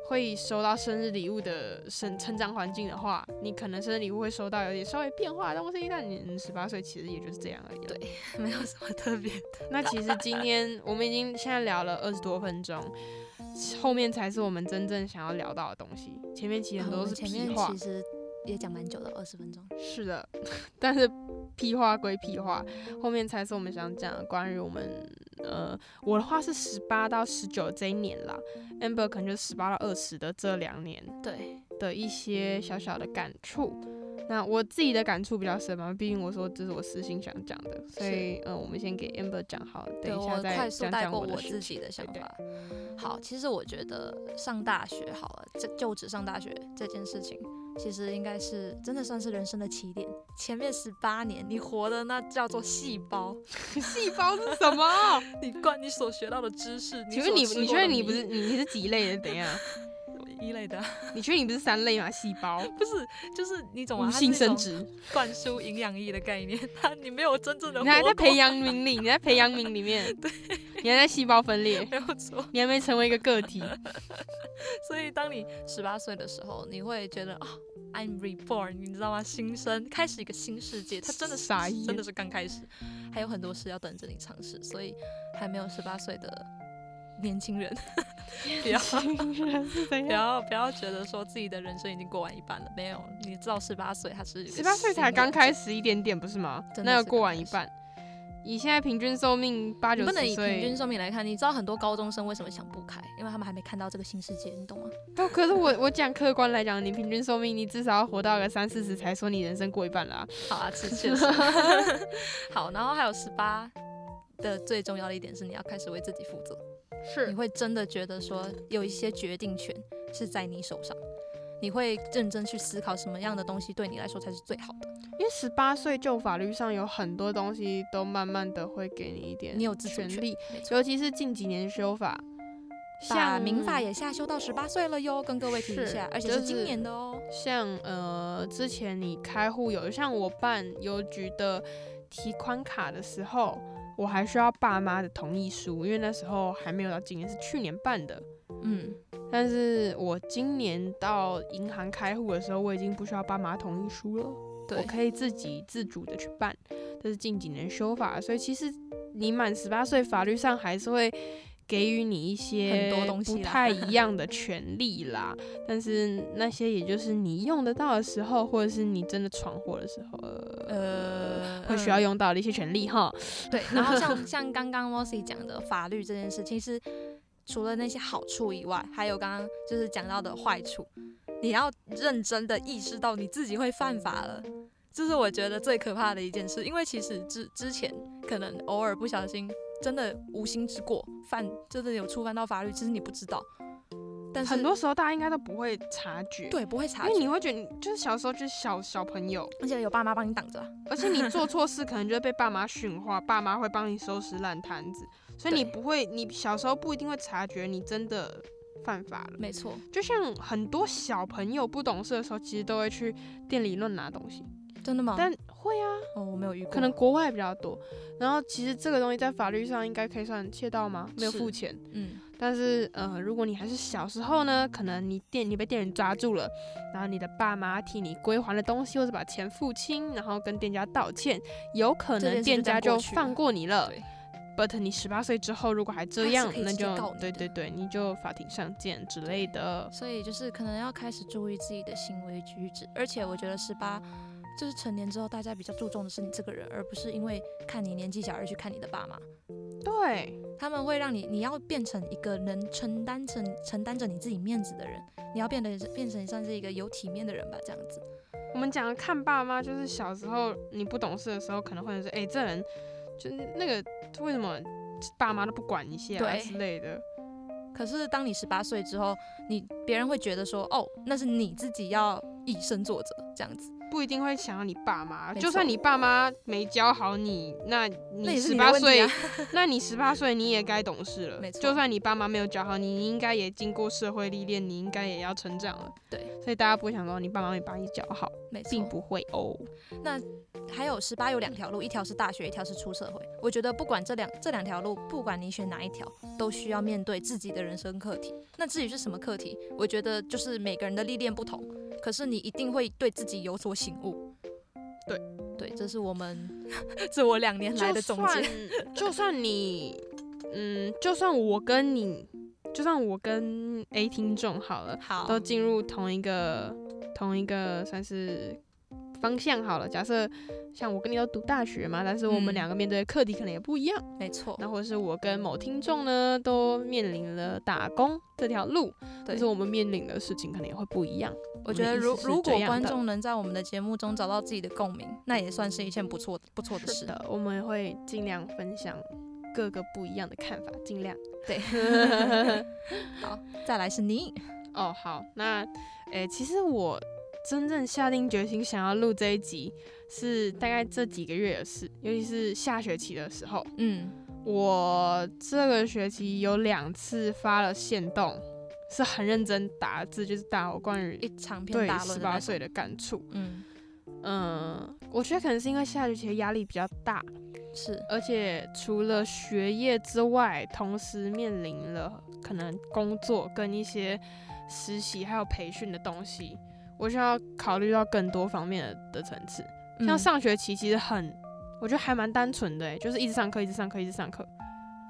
[SPEAKER 1] 会收到生日礼物的生成长环境的话，你可能生日礼物会收到有点稍微变化的东西，但你嗯十八岁其实也就是这样而已了。
[SPEAKER 2] 对 [laughs] 没有什么特别的。
[SPEAKER 1] 那其实今天我们已经现在聊了二十多分钟，后面才是我们真正想要聊到的东西。前面其实很
[SPEAKER 2] 啊我
[SPEAKER 1] 多都
[SPEAKER 2] 们
[SPEAKER 1] 是
[SPEAKER 2] 前
[SPEAKER 1] 屁
[SPEAKER 2] 面
[SPEAKER 1] 话
[SPEAKER 2] 其，实也讲蛮久的，二十分钟。
[SPEAKER 1] 是的， [laughs] 但是屁话归屁话，后面才是我们想讲的关于我们呃，我的话是十八到十九这一年啦，amber 可能就十八到二十的这两年
[SPEAKER 2] 对，
[SPEAKER 1] 的一些小小的感触。那我自己的感触比较深嘛，毕竟我说这是我私心想讲的，所以嗯、呃我们先给 Amber 讲好，
[SPEAKER 2] 对
[SPEAKER 1] 等一下
[SPEAKER 2] 我
[SPEAKER 1] 再
[SPEAKER 2] 快速
[SPEAKER 1] 讲
[SPEAKER 2] 带
[SPEAKER 1] 讲
[SPEAKER 2] 过
[SPEAKER 1] 的
[SPEAKER 2] 我
[SPEAKER 1] 事
[SPEAKER 2] 自
[SPEAKER 1] 情
[SPEAKER 2] 己的想
[SPEAKER 1] 对对
[SPEAKER 2] 法。好，其实我觉得上大学好了，这就职上大学这件事情，其实应该是真的算是人生的起点。前面十八年你活的那叫做细胞，
[SPEAKER 1] [laughs] 细胞是什
[SPEAKER 2] [laughs]
[SPEAKER 1] 么？
[SPEAKER 2] 你灌你所学到的知识，
[SPEAKER 1] 请问你，
[SPEAKER 2] 所吃
[SPEAKER 1] 你
[SPEAKER 2] 过
[SPEAKER 1] 确
[SPEAKER 2] 的
[SPEAKER 1] 定你
[SPEAKER 2] 米
[SPEAKER 1] 不是 [laughs] 你你是几类的？等一下，
[SPEAKER 2] 一类的啊？
[SPEAKER 1] 你确定你不是三类吗？细胞、
[SPEAKER 2] [laughs] 不是，就是你懂吗？
[SPEAKER 1] 无
[SPEAKER 2] 它
[SPEAKER 1] 性
[SPEAKER 2] 是一种
[SPEAKER 1] 生殖，
[SPEAKER 2] 灌输营养液的概念，它你没有真正的，
[SPEAKER 1] [laughs] 你还在培，养皿里，你在培养皿
[SPEAKER 2] [laughs]
[SPEAKER 1] 里面，对，你还在细胞分裂，
[SPEAKER 2] 没有错。
[SPEAKER 1] 你
[SPEAKER 2] [laughs]
[SPEAKER 1] 还没成为一个个体，
[SPEAKER 2] 所以当你十八岁的时候，你会觉得啊、 I'm reborn，你知道吗？新生开始一个新世界，它真的是
[SPEAKER 1] 傻眼
[SPEAKER 2] 真的是刚开始，还有很多事要等着你尝试，所以还没有十八岁的年轻人， [laughs] 不
[SPEAKER 1] [laughs]
[SPEAKER 2] 要
[SPEAKER 1] 竟然是怎
[SPEAKER 2] 不
[SPEAKER 1] 样？
[SPEAKER 2] 要不要觉得说自己的人生已经过完一半了，没有，你知道十八岁它是
[SPEAKER 1] 十八岁才刚开
[SPEAKER 2] 始，
[SPEAKER 1] 始一点点，不是吗？
[SPEAKER 2] 真的
[SPEAKER 1] 那要
[SPEAKER 2] 是
[SPEAKER 1] 过
[SPEAKER 2] 刚
[SPEAKER 1] 完
[SPEAKER 2] 开
[SPEAKER 1] 一
[SPEAKER 2] 始
[SPEAKER 1] 半。以现在平均寿命八
[SPEAKER 2] 你
[SPEAKER 1] 九
[SPEAKER 2] 不
[SPEAKER 1] 十
[SPEAKER 2] 能以平均
[SPEAKER 1] 岁，
[SPEAKER 2] 寿命来看，你知道很多高中生为什么想不开，因为他们还没看到这个新世界，你懂吗？
[SPEAKER 1] 不， [laughs] 可是我我讲客观来讲，你平均寿命你至少要活到个三四十才说你人生过一半啦、
[SPEAKER 2] 好啊，是确
[SPEAKER 1] [laughs]
[SPEAKER 2] 实。好，然后还有十八的最重要的一点是，你要开始为自己负责。你
[SPEAKER 1] 是，
[SPEAKER 2] 会真的觉得说有一些决定权是在你手上，你会认真去思考什么样的东西对你来说才是最好的。
[SPEAKER 1] 因为十八岁就法律上有很多东西都慢慢的会给你一点
[SPEAKER 2] 你有自主
[SPEAKER 1] 权
[SPEAKER 2] 权
[SPEAKER 1] 利，
[SPEAKER 2] 没错，
[SPEAKER 1] 尤其是近几年修法，
[SPEAKER 2] 把
[SPEAKER 1] 像
[SPEAKER 2] 民法也下修到十八岁了哟，跟各位提一
[SPEAKER 1] 是
[SPEAKER 2] 下，而且
[SPEAKER 1] 就是
[SPEAKER 2] 今年的哦。
[SPEAKER 1] 像呃，之前你开户有像我办邮局的提款卡的时候，我还需要爸妈的同意书，因为那时候还没有到今年，是去年办的。
[SPEAKER 2] 嗯，
[SPEAKER 1] 但是我今年到银行开户的时候，我已经不需要爸妈同意书了，我
[SPEAKER 2] 对，
[SPEAKER 1] 可以自己自主的去办。这是近几年修法，所以其实你满十八岁，法律上还是会给予你一些
[SPEAKER 2] 很多东西
[SPEAKER 1] 不
[SPEAKER 2] 啦 [laughs]
[SPEAKER 1] 太一样的权利啦。但是那些也就是你用得到的时候，或者是你真的闯祸的时候，
[SPEAKER 2] 呃，
[SPEAKER 1] 会需要用到的一些权利哈。
[SPEAKER 2] 对，然后 [laughs] 像像刚刚 Mossy 讲的法律这件事，其实除了那些好处以外，还有刚刚就是讲到的坏处，你要认真的意识到你自己会犯法了。这是我觉得最可怕的一件事，因为其实之之前可能偶尔不小心，真的无心之过犯，真的有触犯到法律，其实你不知道，但是
[SPEAKER 1] 很多时候大家应该都不会察觉，，
[SPEAKER 2] 对不会察
[SPEAKER 1] 因为
[SPEAKER 2] 觉，
[SPEAKER 1] 你会觉得你就是小时候就是小小朋友，
[SPEAKER 2] 而且有爸妈帮你挡着啊，
[SPEAKER 1] 而且你做错事可能就会被爸妈训话，爸妈会帮你收拾烂摊子，所以你
[SPEAKER 2] 对
[SPEAKER 1] 不会，你小时候不一定会察觉你真的犯法了。
[SPEAKER 2] 没错，
[SPEAKER 1] 就像很多小朋友不懂事的时候，其实都会去店里乱拿东西，
[SPEAKER 2] 真的吗？
[SPEAKER 1] 但会啊，
[SPEAKER 2] 哦，我没有遇过，
[SPEAKER 1] 可能国外比较多。然后其实这个东西在法律上应该可以算窃盗吗？没有
[SPEAKER 2] 是
[SPEAKER 1] 付钱，
[SPEAKER 2] 嗯，
[SPEAKER 1] 但是呃，如果你还是小时候呢，可能你店你被店员抓住了，然后你的爸妈替你归还了东西，或者把钱付清，然后跟店家道歉，有可
[SPEAKER 2] 这件
[SPEAKER 1] 能
[SPEAKER 2] 事
[SPEAKER 1] 店
[SPEAKER 2] 就这样
[SPEAKER 1] 家就
[SPEAKER 2] 过去
[SPEAKER 1] 放
[SPEAKER 2] 了
[SPEAKER 1] 过你了。
[SPEAKER 2] 对啊
[SPEAKER 1] But 你十八岁之后如果还这
[SPEAKER 2] 他是
[SPEAKER 1] 样
[SPEAKER 2] 可以，
[SPEAKER 1] 那
[SPEAKER 2] 直接
[SPEAKER 1] 就
[SPEAKER 2] 告你
[SPEAKER 1] 对
[SPEAKER 2] 的
[SPEAKER 1] 对对，你就法庭上见之类的。
[SPEAKER 2] 所以就是可能要开始注意自己的行为举止，而且我觉得十八就是成年之后，大家比较注重的是你这个人，而不是因为看你年纪小而去看你的爸妈。
[SPEAKER 1] 对，
[SPEAKER 2] 他们会让你，你要变成一个能承担承承担着你自己面子的人，你要变得变成算是一个有体面的人吧，这样子。
[SPEAKER 1] 我们讲的看爸妈，就是小时候你不懂事的时候，可能会说，哎、这人就是那个为什么爸妈都不管一下啊
[SPEAKER 2] 对
[SPEAKER 1] 之类的。
[SPEAKER 2] 可是当你十八岁之后，你别人会觉得说，哦，那是你自己要以身作则，这样子。
[SPEAKER 1] 不一定会想要你爸
[SPEAKER 2] 没
[SPEAKER 1] 妈，就算
[SPEAKER 2] 错
[SPEAKER 1] 你爸妈没教好你，那
[SPEAKER 2] 那
[SPEAKER 1] 你
[SPEAKER 2] 也是
[SPEAKER 1] 十
[SPEAKER 2] 你的
[SPEAKER 1] 八
[SPEAKER 2] 问题
[SPEAKER 1] 岁
[SPEAKER 2] 啊，。 [laughs]
[SPEAKER 1] 那你十八岁你也该懂事了。
[SPEAKER 2] 没错
[SPEAKER 1] 就算你爸妈没有教好你，你应该也经过社会历练，你应该也要成长了。
[SPEAKER 2] 对，
[SPEAKER 1] 所以大家不会想说你爸妈没把你教好，
[SPEAKER 2] 没错
[SPEAKER 1] 并。不会哦。
[SPEAKER 2] 还有十八有两条路，一条是大学，一条是出社会。我觉得不管这两这两条路，不管你选哪一条，都需要面对自己的人生课题。那至于是什么课题，我觉得就是每个人的历练不同，可是你一定会对自己有所醒悟。
[SPEAKER 1] 对
[SPEAKER 2] 对，这是我们 [laughs] 这我两年来的总结。
[SPEAKER 1] 就算就算你，嗯，就算我跟你，就算我跟 A 听众好了，
[SPEAKER 2] 好，
[SPEAKER 1] 都进入同一个同一个算是方向好了。假设像我跟你都读大学嘛，但是我们
[SPEAKER 2] 嗯
[SPEAKER 1] 两个面对的课题可能也不一样。哦
[SPEAKER 2] 没错，
[SPEAKER 1] 那或者是我跟某听众呢，都面临了打工这条路，但
[SPEAKER 2] 对
[SPEAKER 1] 是。我们面临的事情可能也会不一样。
[SPEAKER 2] 我觉得
[SPEAKER 1] 我
[SPEAKER 2] 如
[SPEAKER 1] 的意思是
[SPEAKER 2] 如
[SPEAKER 1] 这
[SPEAKER 2] 果
[SPEAKER 1] 样的
[SPEAKER 2] 观众能在我们的节目中找到自己的共鸣，那也算是一件不错不错的事。
[SPEAKER 1] 的，我们会尽量分享各个不一样的看法，尽量。
[SPEAKER 2] 对， [laughs] 好，再来是你，
[SPEAKER 1] 哦，好，那诶、其实我真正下定决心想要录这一集，是大概这几个月的事，尤其是下学期的时候。
[SPEAKER 2] 嗯，
[SPEAKER 1] 我这个学期有两次发了限动，是很认真打字，就是打我关于
[SPEAKER 2] 一长篇
[SPEAKER 1] 对
[SPEAKER 2] 大论
[SPEAKER 1] 十
[SPEAKER 2] 的那
[SPEAKER 1] 八
[SPEAKER 2] 种
[SPEAKER 1] 岁的感触。
[SPEAKER 2] 嗯，
[SPEAKER 1] 嗯，我觉得可能是因为下学期的压力比较大，
[SPEAKER 2] 是
[SPEAKER 1] 而且除了学业之外，同时面临了可能工作跟一些实习还有培训的东西。我需要考虑到更多方面的的层次。
[SPEAKER 2] 嗯
[SPEAKER 1] 像上学期其实很，我觉得还蛮单纯的、欸，就是一直上课，一直上课，一直上课。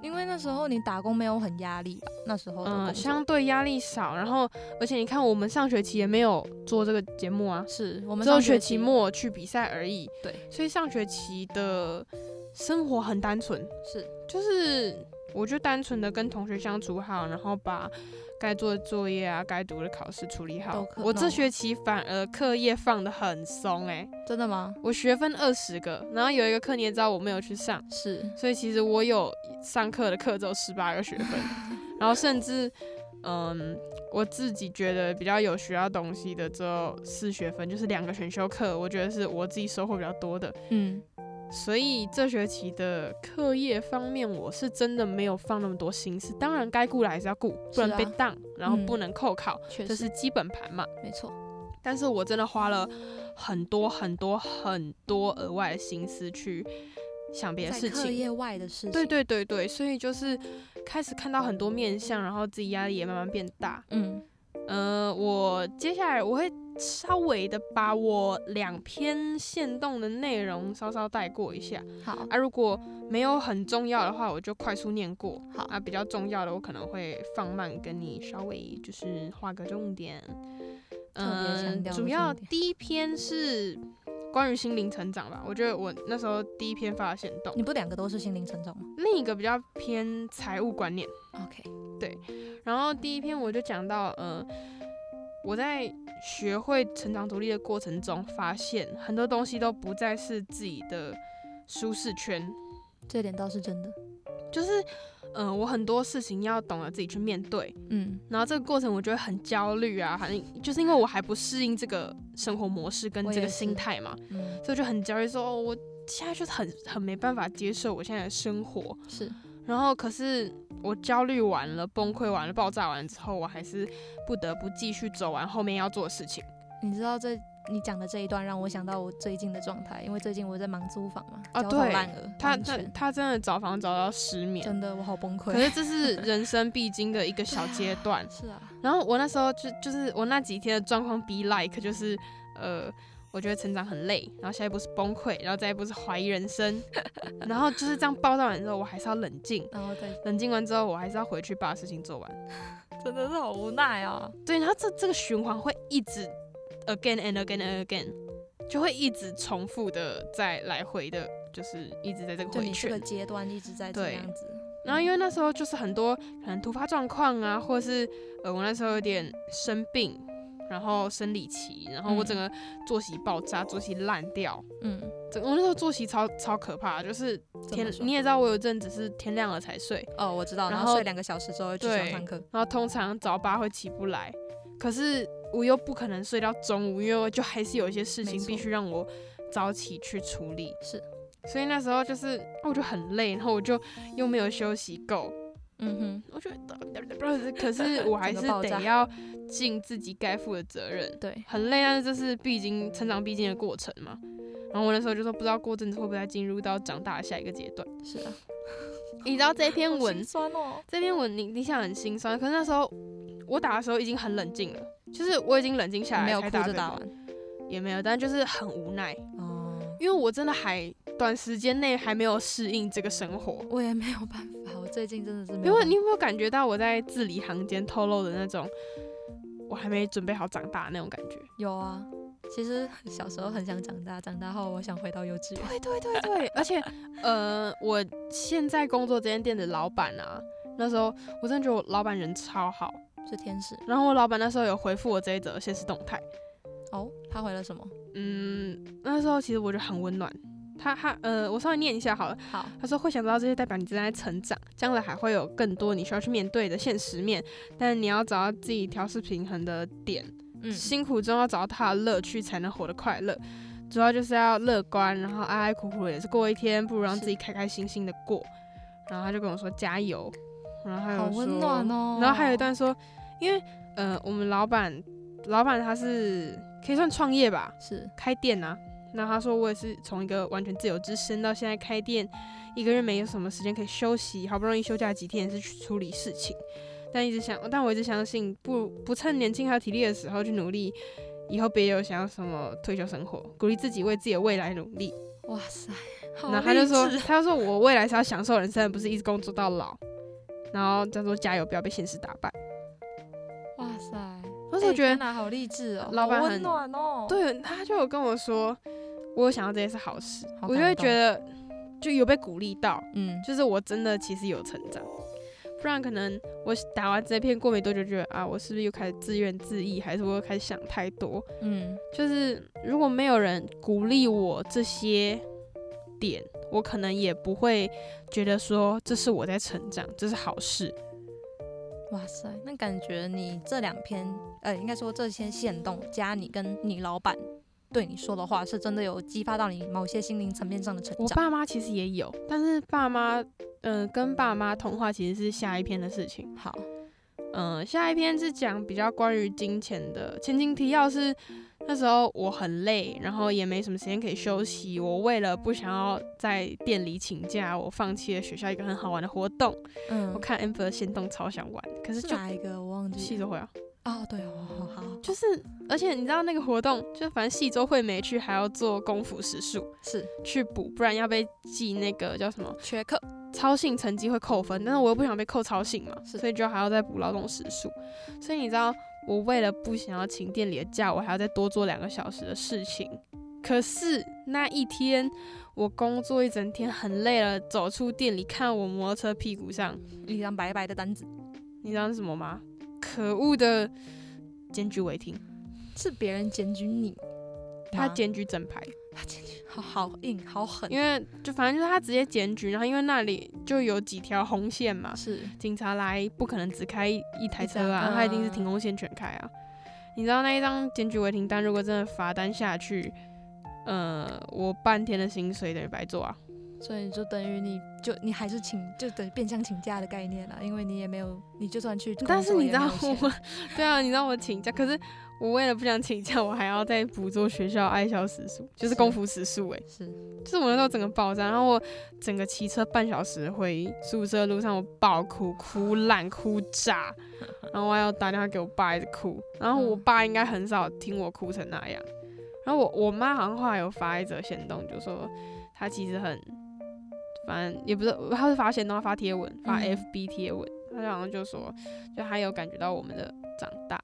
[SPEAKER 2] 因为那时候你打工没有很压力吧？那时候的工
[SPEAKER 1] 嗯，
[SPEAKER 2] 作
[SPEAKER 1] 相对压力少，然后而且你看，我们上学期也没有做这个节目啊，
[SPEAKER 2] 是我们
[SPEAKER 1] 只有
[SPEAKER 2] 上
[SPEAKER 1] 学期
[SPEAKER 2] 期
[SPEAKER 1] 末去比赛而已。
[SPEAKER 2] 对，
[SPEAKER 1] 所以上学期的生活很单纯，
[SPEAKER 2] 是
[SPEAKER 1] 就是我就单纯的跟同学相处好，然后把该做的作业啊、该读的考试处理
[SPEAKER 2] 都
[SPEAKER 1] 好。
[SPEAKER 2] 可
[SPEAKER 1] 我
[SPEAKER 2] 弄
[SPEAKER 1] 这
[SPEAKER 2] 好
[SPEAKER 1] 学期反而课业放得很松哎、
[SPEAKER 2] 真的吗？
[SPEAKER 1] 我学分二十个，然后有一个课你也知道我没有去上，
[SPEAKER 2] 是
[SPEAKER 1] 所以其实我有上课的课只有十八个
[SPEAKER 2] [laughs]
[SPEAKER 1] 学分，然后甚至嗯，我自己觉得比较有学到东西的只有四学分，就是两个选修课，我觉得是我自己收获比较多的。
[SPEAKER 2] 嗯，
[SPEAKER 1] 所以这学期的课业方面，我是真的没有放那么多心思。当然，该顾的还是要顾，不
[SPEAKER 2] 是啊
[SPEAKER 1] 能被当，然后
[SPEAKER 2] 嗯
[SPEAKER 1] 不能扣考，
[SPEAKER 2] 确
[SPEAKER 1] 这
[SPEAKER 2] 实
[SPEAKER 1] 是基本盘嘛。
[SPEAKER 2] 没错。
[SPEAKER 1] 但是我真的花了很多很多很多额外的心思去想别的
[SPEAKER 2] 在
[SPEAKER 1] 事
[SPEAKER 2] 课
[SPEAKER 1] 情。
[SPEAKER 2] 业外的事情，
[SPEAKER 1] 对，对对对，所以就是开始看到很多面相，然后自己压力也慢慢变大。
[SPEAKER 2] 嗯，
[SPEAKER 1] 呃，我接下来我会稍微的把我两篇线动的内容稍稍带过一下
[SPEAKER 2] 好，
[SPEAKER 1] 啊，如果没有很重要的话，我就快速念过。
[SPEAKER 2] 好
[SPEAKER 1] 啊，比较重要的我可能会放慢，跟你稍微就是画个重点。
[SPEAKER 2] 特别强
[SPEAKER 1] 嗯，
[SPEAKER 2] 调
[SPEAKER 1] 主
[SPEAKER 2] 重
[SPEAKER 1] 要
[SPEAKER 2] 点
[SPEAKER 1] 第一篇是关于心灵成长吧，我觉得我那时候第一篇发现动，
[SPEAKER 2] 你不两个都是心灵成长吗
[SPEAKER 1] 另一个比较偏财务观念。
[SPEAKER 2] ？OK，
[SPEAKER 1] 然后第一篇我就讲到，呃，我在学会成长独立的过程中，发现很多东西都不再是自己的舒适圈，
[SPEAKER 2] 这点倒是真的。
[SPEAKER 1] 就是，呃，我很多事情要懂得自己去面对，
[SPEAKER 2] 嗯，
[SPEAKER 1] 然后这个过程我就会很焦虑啊，很就是因为我还不适应这个生活模式跟
[SPEAKER 2] 我
[SPEAKER 1] 这
[SPEAKER 2] 也
[SPEAKER 1] 个心
[SPEAKER 2] 是
[SPEAKER 1] 态嘛，
[SPEAKER 2] 嗯，
[SPEAKER 1] 所以我就很焦虑说，哦，我现在就是很很没办法接受我现在的生活，
[SPEAKER 2] 是
[SPEAKER 1] 然后可是我焦虑完了、崩溃完了、爆炸完之后，我还是不得不继续走完后面要做的事情。
[SPEAKER 2] 你知道这你讲的这一段让我想到我最近的状态，因为最近我在忙租房嘛，
[SPEAKER 1] 啊
[SPEAKER 2] 焦头
[SPEAKER 1] 对
[SPEAKER 2] 烂额，
[SPEAKER 1] 他
[SPEAKER 2] 完
[SPEAKER 1] 他
[SPEAKER 2] 全
[SPEAKER 1] 他真的找房找到失眠，
[SPEAKER 2] 真的我好崩
[SPEAKER 1] 可
[SPEAKER 2] 溃。
[SPEAKER 1] 是这是人生必经的一个小阶段。
[SPEAKER 2] 是啊，
[SPEAKER 1] 然后我那时候就就是我那几天的状况 be like 就是呃。我觉得成长很累，然后下一步是崩溃，然后再一步是怀疑人生， [laughs] 然后就是这样爆炸完之后，我还是要冷静，
[SPEAKER 2] 然后再
[SPEAKER 1] 冷静完之后，我还是要回去把事情做完。
[SPEAKER 2] 真的是好无奈啊。
[SPEAKER 1] 对，然后这这个循环会一直 again and again and again，就会一直重复的在来回的，就是一直在这个
[SPEAKER 2] 就
[SPEAKER 1] 回
[SPEAKER 2] 你这个
[SPEAKER 1] 圈。
[SPEAKER 2] 阶段一直在这
[SPEAKER 1] 对
[SPEAKER 2] 样子，
[SPEAKER 1] 然后因为那时候就是很多可能突发状况啊，或是呃我那时候有点生病，然后生理期，然后我整个作息爆炸，作息烂掉。
[SPEAKER 2] 嗯，
[SPEAKER 1] 整我那时候作息超超可怕，就是
[SPEAKER 2] 怎
[SPEAKER 1] 天
[SPEAKER 2] 么说
[SPEAKER 1] 你也知道我有阵子是天亮了才睡，
[SPEAKER 2] 哦，我知道，
[SPEAKER 1] 然
[SPEAKER 2] 然
[SPEAKER 1] 后
[SPEAKER 2] 后睡两个小时之后就去上
[SPEAKER 1] 对
[SPEAKER 2] 上课，
[SPEAKER 1] 然后通常早八会起不来，可是我又不可能睡到中午，因为我就还是有一些事
[SPEAKER 2] 没
[SPEAKER 1] 情
[SPEAKER 2] 错
[SPEAKER 1] 必须让我早起去处理。
[SPEAKER 2] 是，
[SPEAKER 1] 所以那时候就是我就很累，然后我就又没有休息够，
[SPEAKER 2] 嗯哼，
[SPEAKER 1] 我觉得，
[SPEAKER 2] [laughs]
[SPEAKER 1] 可是我还是
[SPEAKER 2] 整个爆炸
[SPEAKER 1] 得要尽自己该负的责任。
[SPEAKER 2] 对，
[SPEAKER 1] 很累，但是这是必经成长必经的过程嘛。然后我那时候就说，不知道过阵子会不会再进入到长大的下一个阶段。
[SPEAKER 2] 是啊，
[SPEAKER 1] 你知道这篇
[SPEAKER 2] 好
[SPEAKER 1] 文
[SPEAKER 2] 心酸哦，
[SPEAKER 1] 这篇文你你想很心酸，可是那时候我打的时候已经很冷静了，就是我已经冷静下来
[SPEAKER 2] 没有
[SPEAKER 1] 才
[SPEAKER 2] 哭
[SPEAKER 1] 打
[SPEAKER 2] 就
[SPEAKER 1] 这
[SPEAKER 2] 打
[SPEAKER 1] 篇
[SPEAKER 2] 完，
[SPEAKER 1] 也没有，但就是很无奈，
[SPEAKER 2] 哦，
[SPEAKER 1] 因为我真的还短时间内还没有适应这个生活。
[SPEAKER 2] 我也没有办法，我最近真的是没
[SPEAKER 1] 因
[SPEAKER 2] 有
[SPEAKER 1] 为
[SPEAKER 2] 办
[SPEAKER 1] 你有没有感觉到我在字里行间透露的那种，我还没准备好长大的那种感觉？ [laughs]
[SPEAKER 2] 法有啊。其实小时候很想长大，长大后我想回到幼稚园。
[SPEAKER 1] 对对对对，而且呃，我现在工作这间店的老板啊，那时候我真的觉得我老板人超好，
[SPEAKER 2] 是天使
[SPEAKER 1] 然后我老板那时候有回复我这一则现实动态。
[SPEAKER 2] 哦，他回了什么？
[SPEAKER 1] 嗯，那时候其实我觉得很温暖。他他呃，我稍微念一下好了。
[SPEAKER 2] 好，
[SPEAKER 1] 他说会想到这些，代表你正在成长，将来还会有更多你需要去面对的现实面，但你要找到自己调试平衡的点，
[SPEAKER 2] 嗯，
[SPEAKER 1] 辛苦中要找到它的乐趣，才能活得快乐。主要就是要乐观，然后哀哀苦苦也是过一天，不如让
[SPEAKER 2] 是
[SPEAKER 1] 自己开开心心的过。然后他就跟我说加油，然后还有
[SPEAKER 2] 好
[SPEAKER 1] 说
[SPEAKER 2] 温暖哦。
[SPEAKER 1] 然后还有一段说，因为呃，我们老板老板他是可以算创业吧，
[SPEAKER 2] 是
[SPEAKER 1] 开店啊。那他说我也是从一个完全自由之身到现在开店，一个月没有什么时间可以休息，好不容易休假几天也是去处理事情，但一直想，但我一直相信不不趁年轻还有体力的时候去努力，以后别有想要什么退休生活，鼓励自己为自己的未来努力。
[SPEAKER 2] 哇塞，好
[SPEAKER 1] 然后他就说
[SPEAKER 2] 哦励志，
[SPEAKER 1] 他就说我未来是要享受人生，不是一直工作到老。然后他说加油，不要被现实打败。
[SPEAKER 2] 哇塞，
[SPEAKER 1] 那时候
[SPEAKER 2] 哎
[SPEAKER 1] 觉得
[SPEAKER 2] 天哪好励志哦，
[SPEAKER 1] 老板
[SPEAKER 2] 好
[SPEAKER 1] 很
[SPEAKER 2] 温暖哦，，
[SPEAKER 1] 对，他就有跟我说，我有想到这些是好事，
[SPEAKER 2] 好
[SPEAKER 1] 我就
[SPEAKER 2] 感
[SPEAKER 1] 会觉
[SPEAKER 2] 动
[SPEAKER 1] 得就有被鼓励到，
[SPEAKER 2] 嗯，
[SPEAKER 1] 就是我真的其实有成长，不然可能我打完这片过没多久，觉得啊，我是不是又开始自怨自艾，还是我又开始想太多？
[SPEAKER 2] 嗯，
[SPEAKER 1] 就是如果没有人鼓励我这些点，我可能也不会觉得说这是我在成长，这是好事。
[SPEAKER 2] 哇塞，那感觉你这两篇，呃，应该说这些线动加你跟你老板对你说的话，是真的有激发到你某些心灵层面上的成
[SPEAKER 1] 我
[SPEAKER 2] 长。
[SPEAKER 1] 爸妈其实也有，但是爸妈，嗯、跟爸妈通话其实是下一篇的事情。
[SPEAKER 2] 好，
[SPEAKER 1] 嗯，下一篇是讲比较关于金钱的。前情提要是那时候我很累，然后也没什么时间可以休息。我为了不想要在店里请假，我放弃了学校一个很好玩的活动。
[SPEAKER 2] 嗯
[SPEAKER 1] 我，看 Amber 的行动超想玩，可是
[SPEAKER 2] 是
[SPEAKER 1] 就
[SPEAKER 2] 哪一个我忘
[SPEAKER 1] 戏
[SPEAKER 2] 记了？
[SPEAKER 1] 周会啊，
[SPEAKER 2] 哦，对哦，好好
[SPEAKER 1] [laughs]
[SPEAKER 2] 好，
[SPEAKER 1] 就是而且你知道那个活动，就反正戏周会没去，还要做功夫时数
[SPEAKER 2] 是
[SPEAKER 1] 去补，不然要被记那个叫什么
[SPEAKER 2] 缺课，
[SPEAKER 1] 操性成绩会扣分，但是我又不想被扣操性嘛，
[SPEAKER 2] 是
[SPEAKER 1] 所以就还要再补劳动时数。所以你知道，我为了不想要请店里的假，我还要再多做两个小时的事情。可是那一天我工作一整天很累了，走出店里看我摩托车屁股上，
[SPEAKER 2] 一张白白的单子，
[SPEAKER 1] 你知道是什么吗？可恶的检举违停，
[SPEAKER 2] 是别人检举你，
[SPEAKER 1] 他
[SPEAKER 2] 吗
[SPEAKER 1] 检举整排，
[SPEAKER 2] 他检举，好好硬，好狠，
[SPEAKER 1] 因为就反正就是他直接检举，然后因为那里就有几条红线嘛，
[SPEAKER 2] 啊是
[SPEAKER 1] 警察来不可能只开一一台车
[SPEAKER 2] 一
[SPEAKER 1] 啊
[SPEAKER 2] 台，
[SPEAKER 1] 他一定是
[SPEAKER 2] 嗯
[SPEAKER 1] 停红线全开啊。你知道那一张检举违停单，如果真的罚单下去，呃，我半天的薪水等于白做啊。
[SPEAKER 2] 所以就等于你就你还是请就等于变相请假的概念啦，因为你也没有，你就算去工作也
[SPEAKER 1] 但
[SPEAKER 2] 没有
[SPEAKER 1] 是
[SPEAKER 2] 钱，
[SPEAKER 1] 你知道 [laughs] 我，对啊，你知道我请假，可是我为了不想请假，我还要再补做学校爱校时数，就是
[SPEAKER 2] 是
[SPEAKER 1] 功夫时数诶、
[SPEAKER 2] 是
[SPEAKER 1] 就是我那时候整个爆炸，然后我整个骑车半小时回宿舍路上，我爆哭，哭烂，哭炸，然后我还要打电话给我爸一直哭，然后我爸应该很少听我哭成那样，然后我我妈好像后来有发一则行动，就说她其实很，反正也不是，她是发行动，她发贴文，发
[SPEAKER 2] 嗯
[SPEAKER 1] FB 贴文，她好像就说，就她有感觉到我们的长大，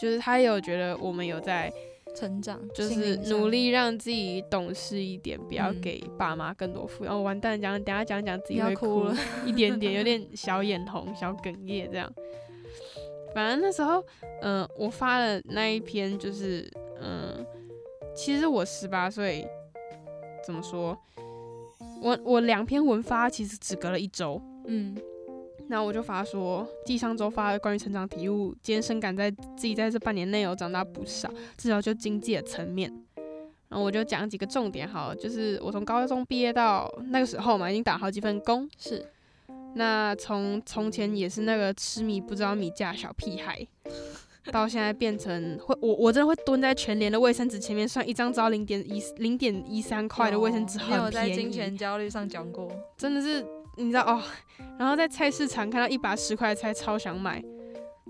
[SPEAKER 1] 就是她有觉得我们有在。
[SPEAKER 2] 成长，
[SPEAKER 1] 就是
[SPEAKER 2] 心灵上
[SPEAKER 1] 努力让自己懂事一点，不要
[SPEAKER 2] 嗯
[SPEAKER 1] 给爸妈更多负担。哦，完蛋，讲等一下讲讲自己
[SPEAKER 2] 要
[SPEAKER 1] 会
[SPEAKER 2] 哭了
[SPEAKER 1] 一点点，有
[SPEAKER 2] [laughs]
[SPEAKER 1] 点小眼红、小哽咽这样。反正那时候，嗯、我发了那一篇，就是嗯、其实我十八岁，怎么说？我我两篇文发其实只隔了一周，
[SPEAKER 2] 嗯。
[SPEAKER 1] 那我就发说，继上周发的关于成长体悟，今天深感在自己在这半年内有长大不少，至少就经济的层面。然后我就讲几个重点好了，就是我从高中毕业到那个时候嘛，已经打好几份工。
[SPEAKER 2] 是
[SPEAKER 1] 那从从前也是那个吃米不知道米价的小屁孩，到现在变成会我我真的会蹲在全联的卫生纸前面算一张只要零点一零点一三块的卫生纸，
[SPEAKER 2] 有
[SPEAKER 1] 很
[SPEAKER 2] 你
[SPEAKER 1] 便宜。
[SPEAKER 2] 哦有在金钱焦虑上讲过，
[SPEAKER 1] 真的是你知道哦， [laughs] 然后在菜市场看到一把十块的菜，超想买。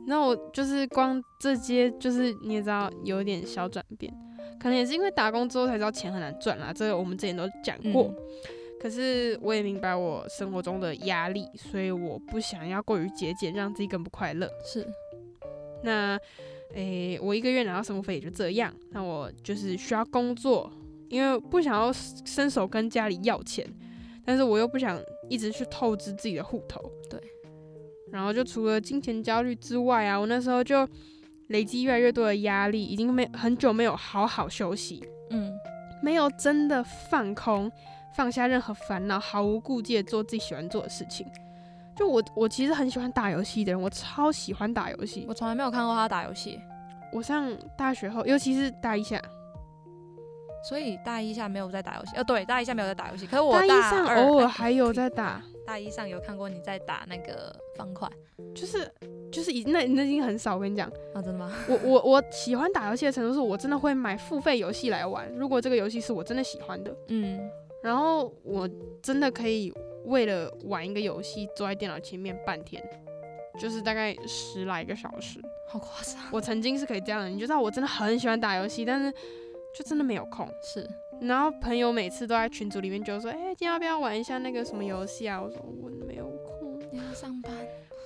[SPEAKER 1] 然后我就是光这些，就是你也知道有点小转变，可能也是因为打工之后才知道钱很难赚啦，这个我们之前都讲过。
[SPEAKER 2] 嗯
[SPEAKER 1] 可是我也明白我生活中的压力，所以我不想要过于节俭，让自己更不快乐。
[SPEAKER 2] 是
[SPEAKER 1] 那，诶、我一个月拿到生活费也就这样。那我就是需要工作，因为不想要伸手跟家里要钱，但是我又不想一直去透支自己的户头。
[SPEAKER 2] 对。
[SPEAKER 1] 然后就除了金钱焦虑之外啊，我那时候就累积越来越多的压力，已经没很久没有好好休息，
[SPEAKER 2] 嗯，
[SPEAKER 1] 没有真的放空，放下任何烦恼，毫无顾忌的做自己喜欢做的事情。就我，我其实很喜欢打游戏的人，我超喜欢打游戏。
[SPEAKER 2] 我从来没有看过他打游戏，
[SPEAKER 1] 我上大学后，尤其是大一下，
[SPEAKER 2] 所以大一下没有在打游戏。呃，对，大一下没有在打游戏，可是我
[SPEAKER 1] 大一上
[SPEAKER 2] 二
[SPEAKER 1] 偶尔
[SPEAKER 2] 哎
[SPEAKER 1] 还有在打，
[SPEAKER 2] 大一上有看过你在打那个方块
[SPEAKER 1] 就是就是已那那已经很少。我跟你讲，
[SPEAKER 2] 啊？真的吗？
[SPEAKER 1] 我我我喜欢打游戏的程度是我真的会买付费游戏来玩，如果这个游戏是我真的喜欢的，
[SPEAKER 2] 嗯，
[SPEAKER 1] 然后我真的可以为了玩一个游戏坐在电脑前面半天。就是大概十来个小时。
[SPEAKER 2] 好夸张，
[SPEAKER 1] 我曾经是可以这样的，你就知道我真的很喜欢打游戏，但是就真的没有空。
[SPEAKER 2] 是
[SPEAKER 1] 然后朋友每次都在群组里面就说：“哎、今天要不要玩一下那个什么游戏啊？”我说：“我没有空，
[SPEAKER 2] 你要上班，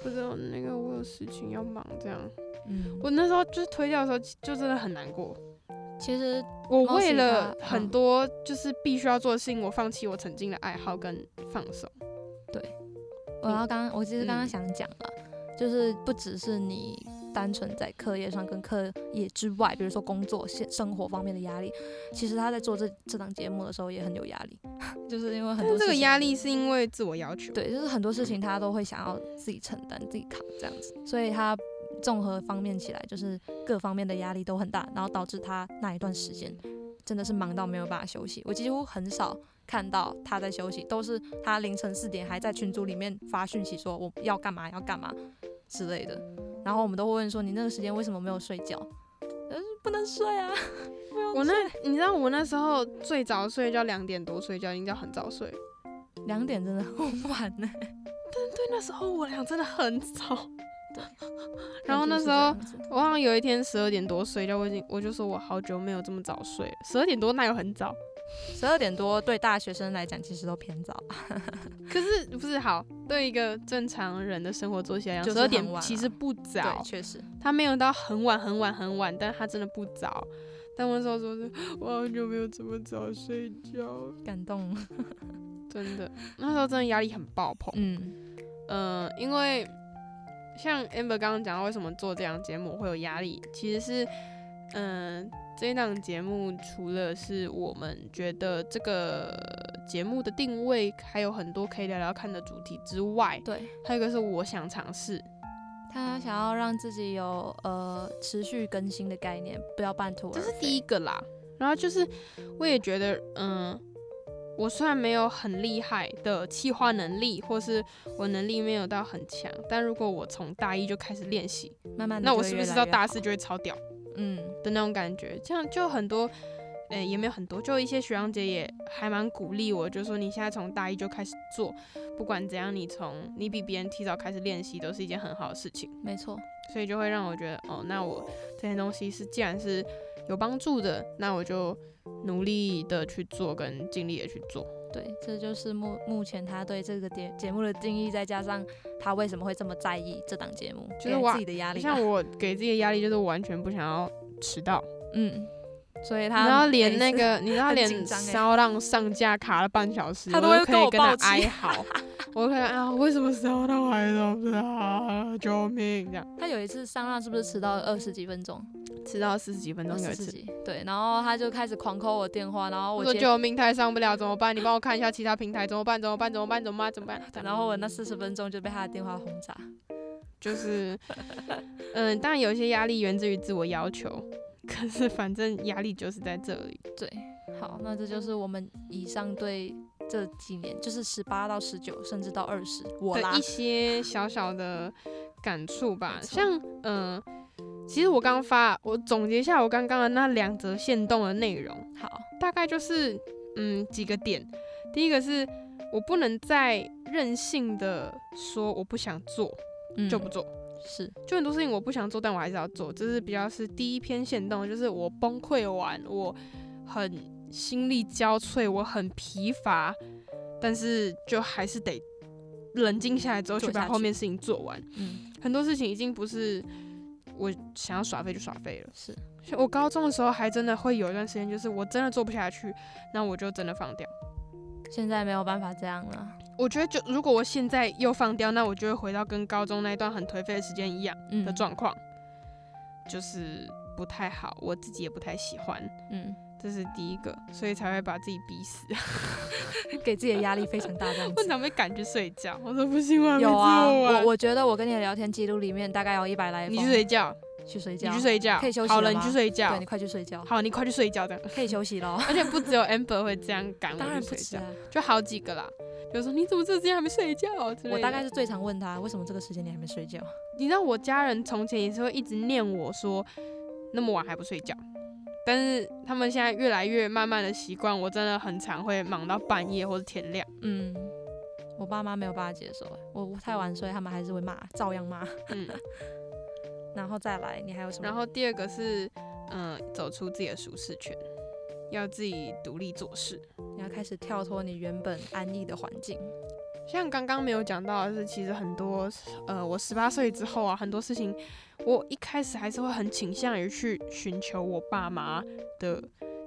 [SPEAKER 1] 不是那个我有事情要忙。”这样，
[SPEAKER 2] 嗯，
[SPEAKER 1] 我那时候就是推掉的时候就真的很难过。
[SPEAKER 2] 其实
[SPEAKER 1] 我
[SPEAKER 2] 猫
[SPEAKER 1] 为
[SPEAKER 2] 是
[SPEAKER 1] 了
[SPEAKER 2] 它
[SPEAKER 1] 很
[SPEAKER 2] 嗯
[SPEAKER 1] 多就是必须要做的事情，我放弃我曾经的爱好跟放手。
[SPEAKER 2] 我要刚，我其实刚刚
[SPEAKER 1] 嗯
[SPEAKER 2] 想讲了，就是不只是你单纯在课业上跟课业之外，比如说工作、现生活方面的压力，其实他在做这这档节目的时候也很有压力， [laughs] 就是因为很
[SPEAKER 1] 但
[SPEAKER 2] 多
[SPEAKER 1] 是这
[SPEAKER 2] 事
[SPEAKER 1] 个
[SPEAKER 2] 情
[SPEAKER 1] 压力是因为自我要求。
[SPEAKER 2] 对，就是很多事情他都会想要自己承担、自己扛这样子，所以他综合方面起来，就是各方面的压力都很大，然后导致他那一段时间真的是忙到没有办法休息。我几乎很少看到他在休息，都是他凌晨四点还在群组里面发讯息说我要干嘛要干嘛之类的，然后我们都会问说你那个时间为什么没有睡觉？呃，不能睡啊， [laughs] 不用
[SPEAKER 1] 我那你知道我那时候最早睡觉两点多睡觉，已经叫很早睡。
[SPEAKER 2] 两点真的很晚呢、
[SPEAKER 1] 对，那时候我俩真的很早。然
[SPEAKER 2] 感
[SPEAKER 1] 后
[SPEAKER 2] 觉
[SPEAKER 1] 那
[SPEAKER 2] 是
[SPEAKER 1] 时
[SPEAKER 2] 这
[SPEAKER 1] 候
[SPEAKER 2] 样子
[SPEAKER 1] [laughs] 我好像有一天十二点多睡觉，我已经我就说我好久没有这么早睡了。十二点多那有很早，
[SPEAKER 2] 十二点多对大学生来讲其实都偏早。
[SPEAKER 1] 可是不是好对一个正常人的生活作息来
[SPEAKER 2] 就
[SPEAKER 1] 讲，
[SPEAKER 2] 是
[SPEAKER 1] 十二点
[SPEAKER 2] 很晚啊
[SPEAKER 1] 其实不早
[SPEAKER 2] 对，，确实，
[SPEAKER 1] 他没有到很晚很晚很晚，但他真的不早。但我那时候说是，我好久没有这么早睡觉了，
[SPEAKER 2] 感动。
[SPEAKER 1] 真的，那时候真的压力很爆棚。
[SPEAKER 2] 嗯，
[SPEAKER 1] 嗯，因为像 Amber 刚刚讲到为什么做这档节目会有压力，其实是，嗯、这档节目除了是我们觉得这个节目的定位还有很多可以聊聊看的主题之外，
[SPEAKER 2] 对
[SPEAKER 1] 还有一个是我想尝试，
[SPEAKER 2] 他想要让自己有呃持续更新的概念，不要半途而
[SPEAKER 1] 这是
[SPEAKER 2] 废
[SPEAKER 1] 第一个啦。然后就是我也觉得，嗯。我虽然没有很厉害的企划能力，或是我能力没有到很强，但如果我从大一就开始练习，
[SPEAKER 2] 慢慢地
[SPEAKER 1] 那
[SPEAKER 2] 就
[SPEAKER 1] 我
[SPEAKER 2] 会
[SPEAKER 1] 是不
[SPEAKER 2] 越
[SPEAKER 1] 是
[SPEAKER 2] 来
[SPEAKER 1] 到
[SPEAKER 2] 越
[SPEAKER 1] 大
[SPEAKER 2] 好
[SPEAKER 1] 四就会超屌？
[SPEAKER 2] 嗯
[SPEAKER 1] 的那种感觉，这样就很多，呃、也没有很多，就一些学长姐也还蛮鼓励我，就说你现在从大一就开始做，不管怎样，你从你比别人提早开始练习都是一件很好的事情，
[SPEAKER 2] 没错，
[SPEAKER 1] 所以就会让我觉得，哦，那我这些东西是既然是有帮助的，那我就努力的去做，跟尽力的去做。
[SPEAKER 2] 对，这就是目目前他对这个节节目的定义，再加上他为什么会这么在意这档节目，
[SPEAKER 1] 就
[SPEAKER 2] 给
[SPEAKER 1] 是哇
[SPEAKER 2] 自己的压力吧，
[SPEAKER 1] 像我给自己的压力就是我完全不想要迟到，
[SPEAKER 2] 嗯，所以他
[SPEAKER 1] 然后
[SPEAKER 2] 每
[SPEAKER 1] 连那
[SPEAKER 2] 次
[SPEAKER 1] 个，你知道
[SPEAKER 2] 很
[SPEAKER 1] 连
[SPEAKER 2] 紧张欸
[SPEAKER 1] 骚浪上架卡了半小时，
[SPEAKER 2] 他都
[SPEAKER 1] 我
[SPEAKER 2] 会
[SPEAKER 1] 可
[SPEAKER 2] 跟
[SPEAKER 1] 以
[SPEAKER 2] 我
[SPEAKER 1] 跟他
[SPEAKER 2] 抱歉
[SPEAKER 1] 哀嚎，我可能啊，为什么骚浪还找不到啊？救命！这样
[SPEAKER 2] 他有一次上浪是不是迟到了二十几分钟，
[SPEAKER 1] 迟到四十几分钟嗯有
[SPEAKER 2] 二
[SPEAKER 1] 一
[SPEAKER 2] 十
[SPEAKER 1] 次，
[SPEAKER 2] 几，对，然后他就开始狂扣我电话，然后
[SPEAKER 1] 我
[SPEAKER 2] 我
[SPEAKER 1] 说
[SPEAKER 2] 接
[SPEAKER 1] 救命，太上不了，怎么办？你帮我看一下其他平台怎么办？怎么办？怎么办？怎么办？怎么办？这样
[SPEAKER 2] 然后我那四十分钟就被他的电话轰炸，
[SPEAKER 1] 就是，嗯，当然有一些压力源自于自我要求，可是反正压力就是在这里。
[SPEAKER 2] 对，好，那这就是我们以上对这几年，就是十八到十九，甚至到二十，我啦
[SPEAKER 1] 的一，些小小的感触吧。
[SPEAKER 2] 没错
[SPEAKER 1] 像嗯、呃其实我刚发，我总结一下我刚刚的那两则线动的内容，
[SPEAKER 2] 好，
[SPEAKER 1] 大概就是嗯几个点。第一个是我不能再任性的说我不想做
[SPEAKER 2] 嗯
[SPEAKER 1] 就不做。
[SPEAKER 2] 是，
[SPEAKER 1] 就很多事情我不想做，但我还是要做，这是比较是第一篇线动，就是我崩溃完，我很心力交瘁，我很疲乏，但是就还是得冷静下来之后去
[SPEAKER 2] 做下
[SPEAKER 1] 把
[SPEAKER 2] 去
[SPEAKER 1] 后面事情做完。
[SPEAKER 2] 嗯，
[SPEAKER 1] 很多事情已经不是我想要耍废就耍废了。
[SPEAKER 2] 是，
[SPEAKER 1] 像我高中的时候，还真的会有一段时间，就是我真的做不下去，那我就真的放掉。
[SPEAKER 2] 现在没有办法这样了，
[SPEAKER 1] 我觉得就如果我现在又放掉，那我就会回到跟高中那一段很颓废的时间一样。
[SPEAKER 2] 嗯
[SPEAKER 1] 的，状况，就是不太好，我自己也不太喜欢，
[SPEAKER 2] 嗯，
[SPEAKER 1] 这是第一个，所以才会把自己逼死。 [laughs]
[SPEAKER 2] 给自己的压力非常大，这样
[SPEAKER 1] 我
[SPEAKER 2] 子。
[SPEAKER 1] 常被赶去睡觉，我说不行，我还没
[SPEAKER 2] 有啊，
[SPEAKER 1] 做完
[SPEAKER 2] 我我觉得我跟你的聊天记录里面大概有一百来
[SPEAKER 1] 你去
[SPEAKER 2] 封
[SPEAKER 1] 睡觉，
[SPEAKER 2] 去睡
[SPEAKER 1] 你
[SPEAKER 2] 觉，
[SPEAKER 1] 去睡觉，
[SPEAKER 2] 可以休息
[SPEAKER 1] 好
[SPEAKER 2] 了
[SPEAKER 1] 了，你去
[SPEAKER 2] 吗对
[SPEAKER 1] 睡觉
[SPEAKER 2] 你，快去睡觉，
[SPEAKER 1] 好，你快去睡觉这样。 [laughs]
[SPEAKER 2] 可以休息了。
[SPEAKER 1] 而且不只有 Amber 会这样赶
[SPEAKER 2] 当然
[SPEAKER 1] 我去
[SPEAKER 2] 不
[SPEAKER 1] 睡
[SPEAKER 2] 止
[SPEAKER 1] 觉，
[SPEAKER 2] 啊，
[SPEAKER 1] 就好几个啦。就说你怎么这时间还没睡觉之类的
[SPEAKER 2] 我大概是最常
[SPEAKER 1] 嗯
[SPEAKER 2] 问他为什么这个时间你还没睡觉，
[SPEAKER 1] 你知道我家人从前也是会一直念我说那么晚还不睡觉，但是他们现在越来越慢慢的习惯，我真的很常会忙到半夜或者天亮。
[SPEAKER 2] 嗯，我爸妈没有办法接受，我我太晚睡，他们还是会骂，照样骂。
[SPEAKER 1] 嗯，
[SPEAKER 2] 然后再来，你还有什么？
[SPEAKER 1] 然后第二个是，嗯、走出自己的舒适圈，要自己独立做事。
[SPEAKER 2] 你要开始跳脱你原本安逸的环境。
[SPEAKER 1] 像刚刚没有讲到的是，其实很多，呃，我十八岁之后啊，很多事情，我一开始还是会很倾向于去寻求我爸妈的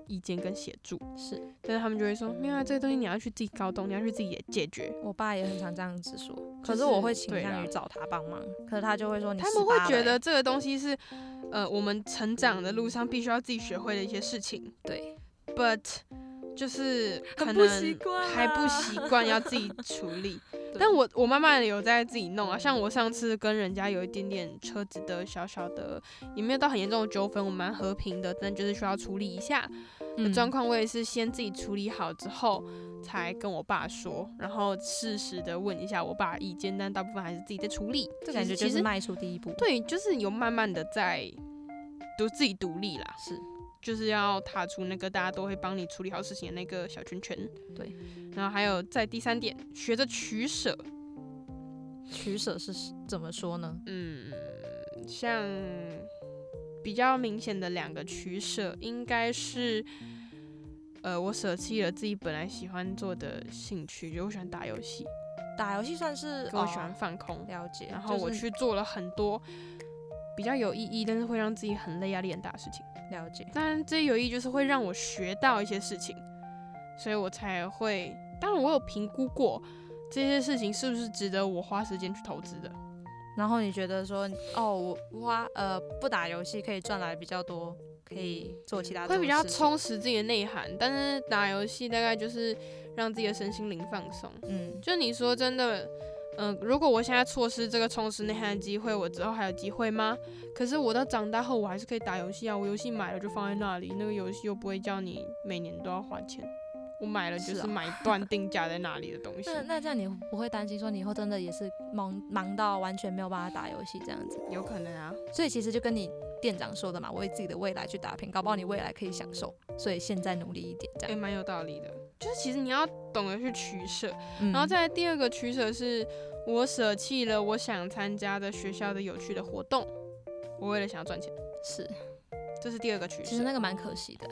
[SPEAKER 1] 意见跟协助，
[SPEAKER 2] 是
[SPEAKER 1] 但是他们就会说，没有啊，这个东西你要去自己搞懂，你要去自己也解决。
[SPEAKER 2] 我爸也很常这样子说，可
[SPEAKER 1] 就是
[SPEAKER 2] 是我会倾
[SPEAKER 1] 对
[SPEAKER 2] 向
[SPEAKER 1] 啦
[SPEAKER 2] 于找他帮忙，可是他就会说你
[SPEAKER 1] 他们会
[SPEAKER 2] 18
[SPEAKER 1] 觉
[SPEAKER 2] 了
[SPEAKER 1] 得这个东西是，呃，我们成长的路上必须要自己学会的一些事情
[SPEAKER 2] 对，
[SPEAKER 1] ，but 就是
[SPEAKER 2] 很
[SPEAKER 1] 可
[SPEAKER 2] 不习
[SPEAKER 1] 能
[SPEAKER 2] 惯
[SPEAKER 1] 还不
[SPEAKER 2] 啦
[SPEAKER 1] 习惯
[SPEAKER 2] [laughs]
[SPEAKER 1] 要自己处理。
[SPEAKER 2] 对
[SPEAKER 1] 但我我慢慢的有在自己弄啊，像我上次跟人家有一点点车子的小小的，也没有到很严重的纠纷，我蛮和平的，但就是需要处理一下的
[SPEAKER 2] 嗯
[SPEAKER 1] 状况。我也是先自己处理好之后，才跟我爸说，然后适时的问一下我爸的意见，但大部分还是自己在处理。
[SPEAKER 2] 这感觉就
[SPEAKER 1] 其
[SPEAKER 2] 是
[SPEAKER 1] 实
[SPEAKER 2] 迈出第一步。
[SPEAKER 1] 对，就是有慢慢的在独自己独立啦，
[SPEAKER 2] 是
[SPEAKER 1] 就是要踏出那个大家都会帮你处理好事情的那个小圈圈。
[SPEAKER 2] 对，
[SPEAKER 1] 然后还有在第三点，学着取舍。
[SPEAKER 2] 取舍是怎么说呢？
[SPEAKER 1] 嗯，像比较明显的两个取舍，应该是，呃，我舍弃了自己本来喜欢做的兴趣，就我喜欢打游戏，
[SPEAKER 2] 打游戏算是
[SPEAKER 1] 跟我喜欢
[SPEAKER 2] 哦
[SPEAKER 1] 放空，
[SPEAKER 2] 了解，
[SPEAKER 1] 然后我
[SPEAKER 2] 就是
[SPEAKER 1] 去做了很多比较有意义，但是会让自己很累、压力很大的事情。
[SPEAKER 2] 了解，
[SPEAKER 1] 当然，这些有益就是会让我学到一些事情，所以我才会。当然，我有评估过这些事情是不是值得我花时间去投资的。
[SPEAKER 2] 然后你觉得说哦，我花呃不打游戏可以赚来比较多，可以做其他
[SPEAKER 1] 会比较
[SPEAKER 2] 冲，
[SPEAKER 1] 充实自己的内涵，但是打游戏大概就是让自己的身心灵放松。
[SPEAKER 2] 嗯，
[SPEAKER 1] 就你说真的，嗯、如果我现在错失这个充实内涵的机会，我之后还有机会吗？可是我到长大后，我还是可以打游戏啊，我游戏买了就放在那里，那个游戏又不会叫你每年都要花钱。我买了就是是
[SPEAKER 2] 啊
[SPEAKER 1] 买断定价在那里的东西，
[SPEAKER 2] [laughs] 那那这样你不会担心说你以后真的也是忙忙到完全没有办法打游戏这样子？
[SPEAKER 1] 有可能啊。
[SPEAKER 2] 所以其实就跟你店长说的嘛，为自己的未来去打拼，搞不好你未来可以享受，所以现在努力一点这
[SPEAKER 1] 诶、
[SPEAKER 2] 样。
[SPEAKER 1] 蛮有道理的。就是其实你要懂得去取舍，
[SPEAKER 2] 嗯
[SPEAKER 1] 然后再来第二个取舍是，我舍弃了我想参加的学校的有趣的活动，我为了想要赚钱，
[SPEAKER 2] 是，
[SPEAKER 1] 这是第二个取
[SPEAKER 2] 其实
[SPEAKER 1] 舍。
[SPEAKER 2] 那个蛮可惜的，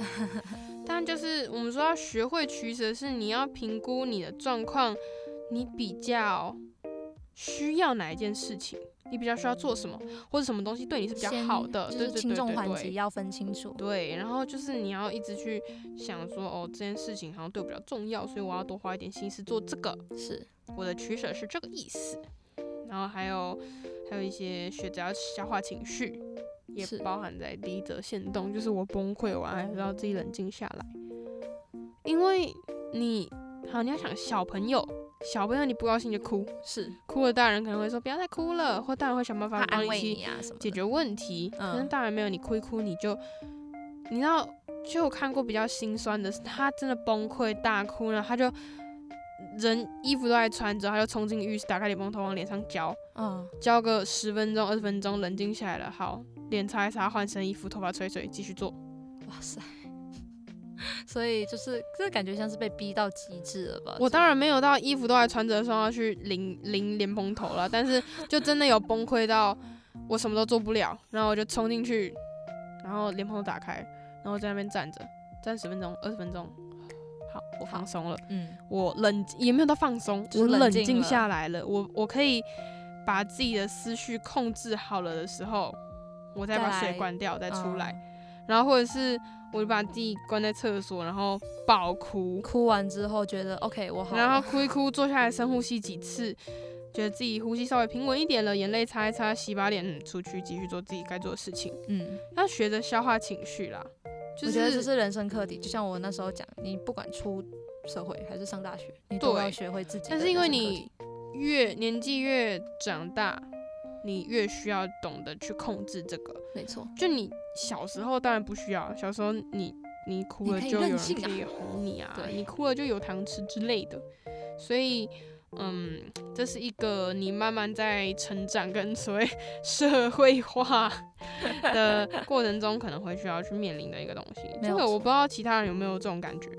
[SPEAKER 1] 但就是我们说要学会取舍，是你要评估你的状况，你比较需要哪一件事情，你比较需要做什么，或者什么东西对你是比较
[SPEAKER 2] 先
[SPEAKER 1] 好的，
[SPEAKER 2] 就
[SPEAKER 1] 对
[SPEAKER 2] 是
[SPEAKER 1] 对对
[SPEAKER 2] 轻重
[SPEAKER 1] 对
[SPEAKER 2] 缓
[SPEAKER 1] 对
[SPEAKER 2] 急要分清楚。
[SPEAKER 1] 对，然后就是你要一直去想说，哦，这件事情好像对我比较重要，所以我要多花一点心思做这个。
[SPEAKER 2] 是，
[SPEAKER 1] 我的取舍是这个意思。然后还有还有一些学者要消化情绪，也
[SPEAKER 2] 是
[SPEAKER 1] 包含在第一则线动，就是我崩溃完还是要自己冷静下来，因为你好，你要想小朋友。小朋友，你不高兴就哭，
[SPEAKER 2] 是，
[SPEAKER 1] 哭了，大人可能会说不要再哭了，或大人会想办
[SPEAKER 2] 他
[SPEAKER 1] 法帮
[SPEAKER 2] 安
[SPEAKER 1] 你一
[SPEAKER 2] 慰
[SPEAKER 1] 起
[SPEAKER 2] 你啊什么的。
[SPEAKER 1] 解决问题。
[SPEAKER 2] 嗯
[SPEAKER 1] 可是大人没有，你哭一哭你就，你知道，就我看过比较心酸的是，他真的崩溃大哭，然后他就人衣服都还穿着，他就冲进浴室，打开脸盆头往脸上浇，
[SPEAKER 2] 嗯，
[SPEAKER 1] 浇个十分钟二十分钟，冷静下来了，好，脸擦一擦，换身衣服，头发吹一吹，继续做。
[SPEAKER 2] 哇塞。 [laughs] 所以就是这感觉像是被逼到极致了吧？
[SPEAKER 1] 我当然没有到衣服都还穿着的时候要去淋淋莲蓬头了，但 [laughs] 是就真的有崩溃到我什么都做不了，然后我就冲进去，然后莲蓬头打开，然后在那边站着，站十分钟、二十分钟。好，我放松了，
[SPEAKER 2] 嗯，
[SPEAKER 1] 我冷也没有到放松，
[SPEAKER 2] 就是
[SPEAKER 1] 我冷
[SPEAKER 2] 冷静
[SPEAKER 1] 静
[SPEAKER 2] 了
[SPEAKER 1] 下来了，我我可以把自己的思绪控制好了的时候，我再
[SPEAKER 2] 再
[SPEAKER 1] 把水
[SPEAKER 2] 来
[SPEAKER 1] 关掉，再出来，
[SPEAKER 2] 嗯
[SPEAKER 1] 然后或者是我就把自己关在厕所，然后爆哭，
[SPEAKER 2] 嗯哭完之后觉得 OK，我好了。
[SPEAKER 1] 然后哭一哭，坐下来深呼吸几次，觉得自己呼吸稍微平稳一点了，眼泪擦一擦，洗把脸，嗯，出去继续做自己该做的事情。
[SPEAKER 2] 嗯，
[SPEAKER 1] 要学着消化情绪啦，就
[SPEAKER 2] 我觉得
[SPEAKER 1] 是
[SPEAKER 2] 这是人生课题。就像我那时候讲，你不管出社会还是上大学，你都
[SPEAKER 1] 对
[SPEAKER 2] 要学会自己的
[SPEAKER 1] 但
[SPEAKER 2] 人生
[SPEAKER 1] 是因
[SPEAKER 2] 课
[SPEAKER 1] 为
[SPEAKER 2] 题。
[SPEAKER 1] 你越年纪越长大，你越需要懂得去控制这个。
[SPEAKER 2] 没错，
[SPEAKER 1] 就你小时候当然不需要，小时候你你哭了
[SPEAKER 2] 你可以
[SPEAKER 1] 就有人
[SPEAKER 2] 任性啊
[SPEAKER 1] 可以哄你啊，
[SPEAKER 2] 对
[SPEAKER 1] 你哭了就有糖吃之类的，所以。嗯，这是一个你慢慢在成长跟所谓 [laughs] 社会 [laughs] 化的过程中可能会需要去面临的一个东西。
[SPEAKER 2] 没
[SPEAKER 1] 这
[SPEAKER 2] 有
[SPEAKER 1] 个我
[SPEAKER 2] 错
[SPEAKER 1] 不知道其他人有没有这种感觉。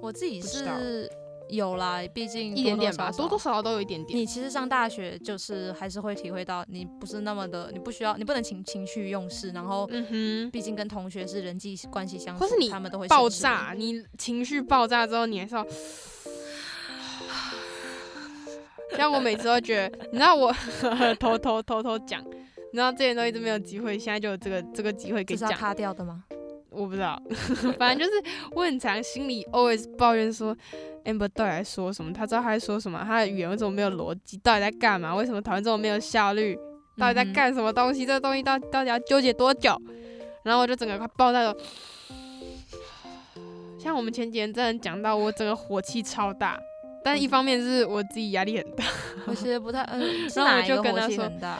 [SPEAKER 2] 我自己
[SPEAKER 1] 不知道
[SPEAKER 2] 是有啦，毕竟
[SPEAKER 1] 一点点
[SPEAKER 2] 多
[SPEAKER 1] 吧，多
[SPEAKER 2] 多少少
[SPEAKER 1] 多少少都有一点点。
[SPEAKER 2] 你其实上大学就是还是会体会到，你不是那么的，你不需要，你不能情情绪用事，然后
[SPEAKER 1] 嗯
[SPEAKER 2] 毕竟跟同学是人际关系相处，
[SPEAKER 1] 或是你
[SPEAKER 2] 他们都会
[SPEAKER 1] 哼，爆
[SPEAKER 2] 生气
[SPEAKER 1] 炸，你情绪爆炸之后，你
[SPEAKER 2] [laughs]
[SPEAKER 1] 还是要。像我每次都觉得，你知道我偷偷偷偷讲，你知道之前都一直没有机会，现在就有这个这个机会给
[SPEAKER 2] 这是要
[SPEAKER 1] 讲。
[SPEAKER 2] 卡掉的吗？
[SPEAKER 1] 我不知道，反正就是我很常心里 always 抱怨说，Amber 到底在说什么？他知道他在说什么？他的语言为什么没有逻辑？到底在干嘛？为什么讨论这么没有效率？到底在
[SPEAKER 2] 嗯哼？
[SPEAKER 1] 干什么东西？这个东西到到底要纠结多久？然后我就整个快爆炸了。像我们前几天真的讲到，我整个火气超大，
[SPEAKER 2] 嗯
[SPEAKER 1] 但一方面是我自己压
[SPEAKER 2] [laughs]
[SPEAKER 1] 力很大，
[SPEAKER 2] 我其实不太，
[SPEAKER 1] [laughs]
[SPEAKER 2] 嗯，是
[SPEAKER 1] 然后我
[SPEAKER 2] 哪一
[SPEAKER 1] 就
[SPEAKER 2] 个
[SPEAKER 1] 跟
[SPEAKER 2] 火
[SPEAKER 1] 他
[SPEAKER 2] 气
[SPEAKER 1] 说
[SPEAKER 2] 很大？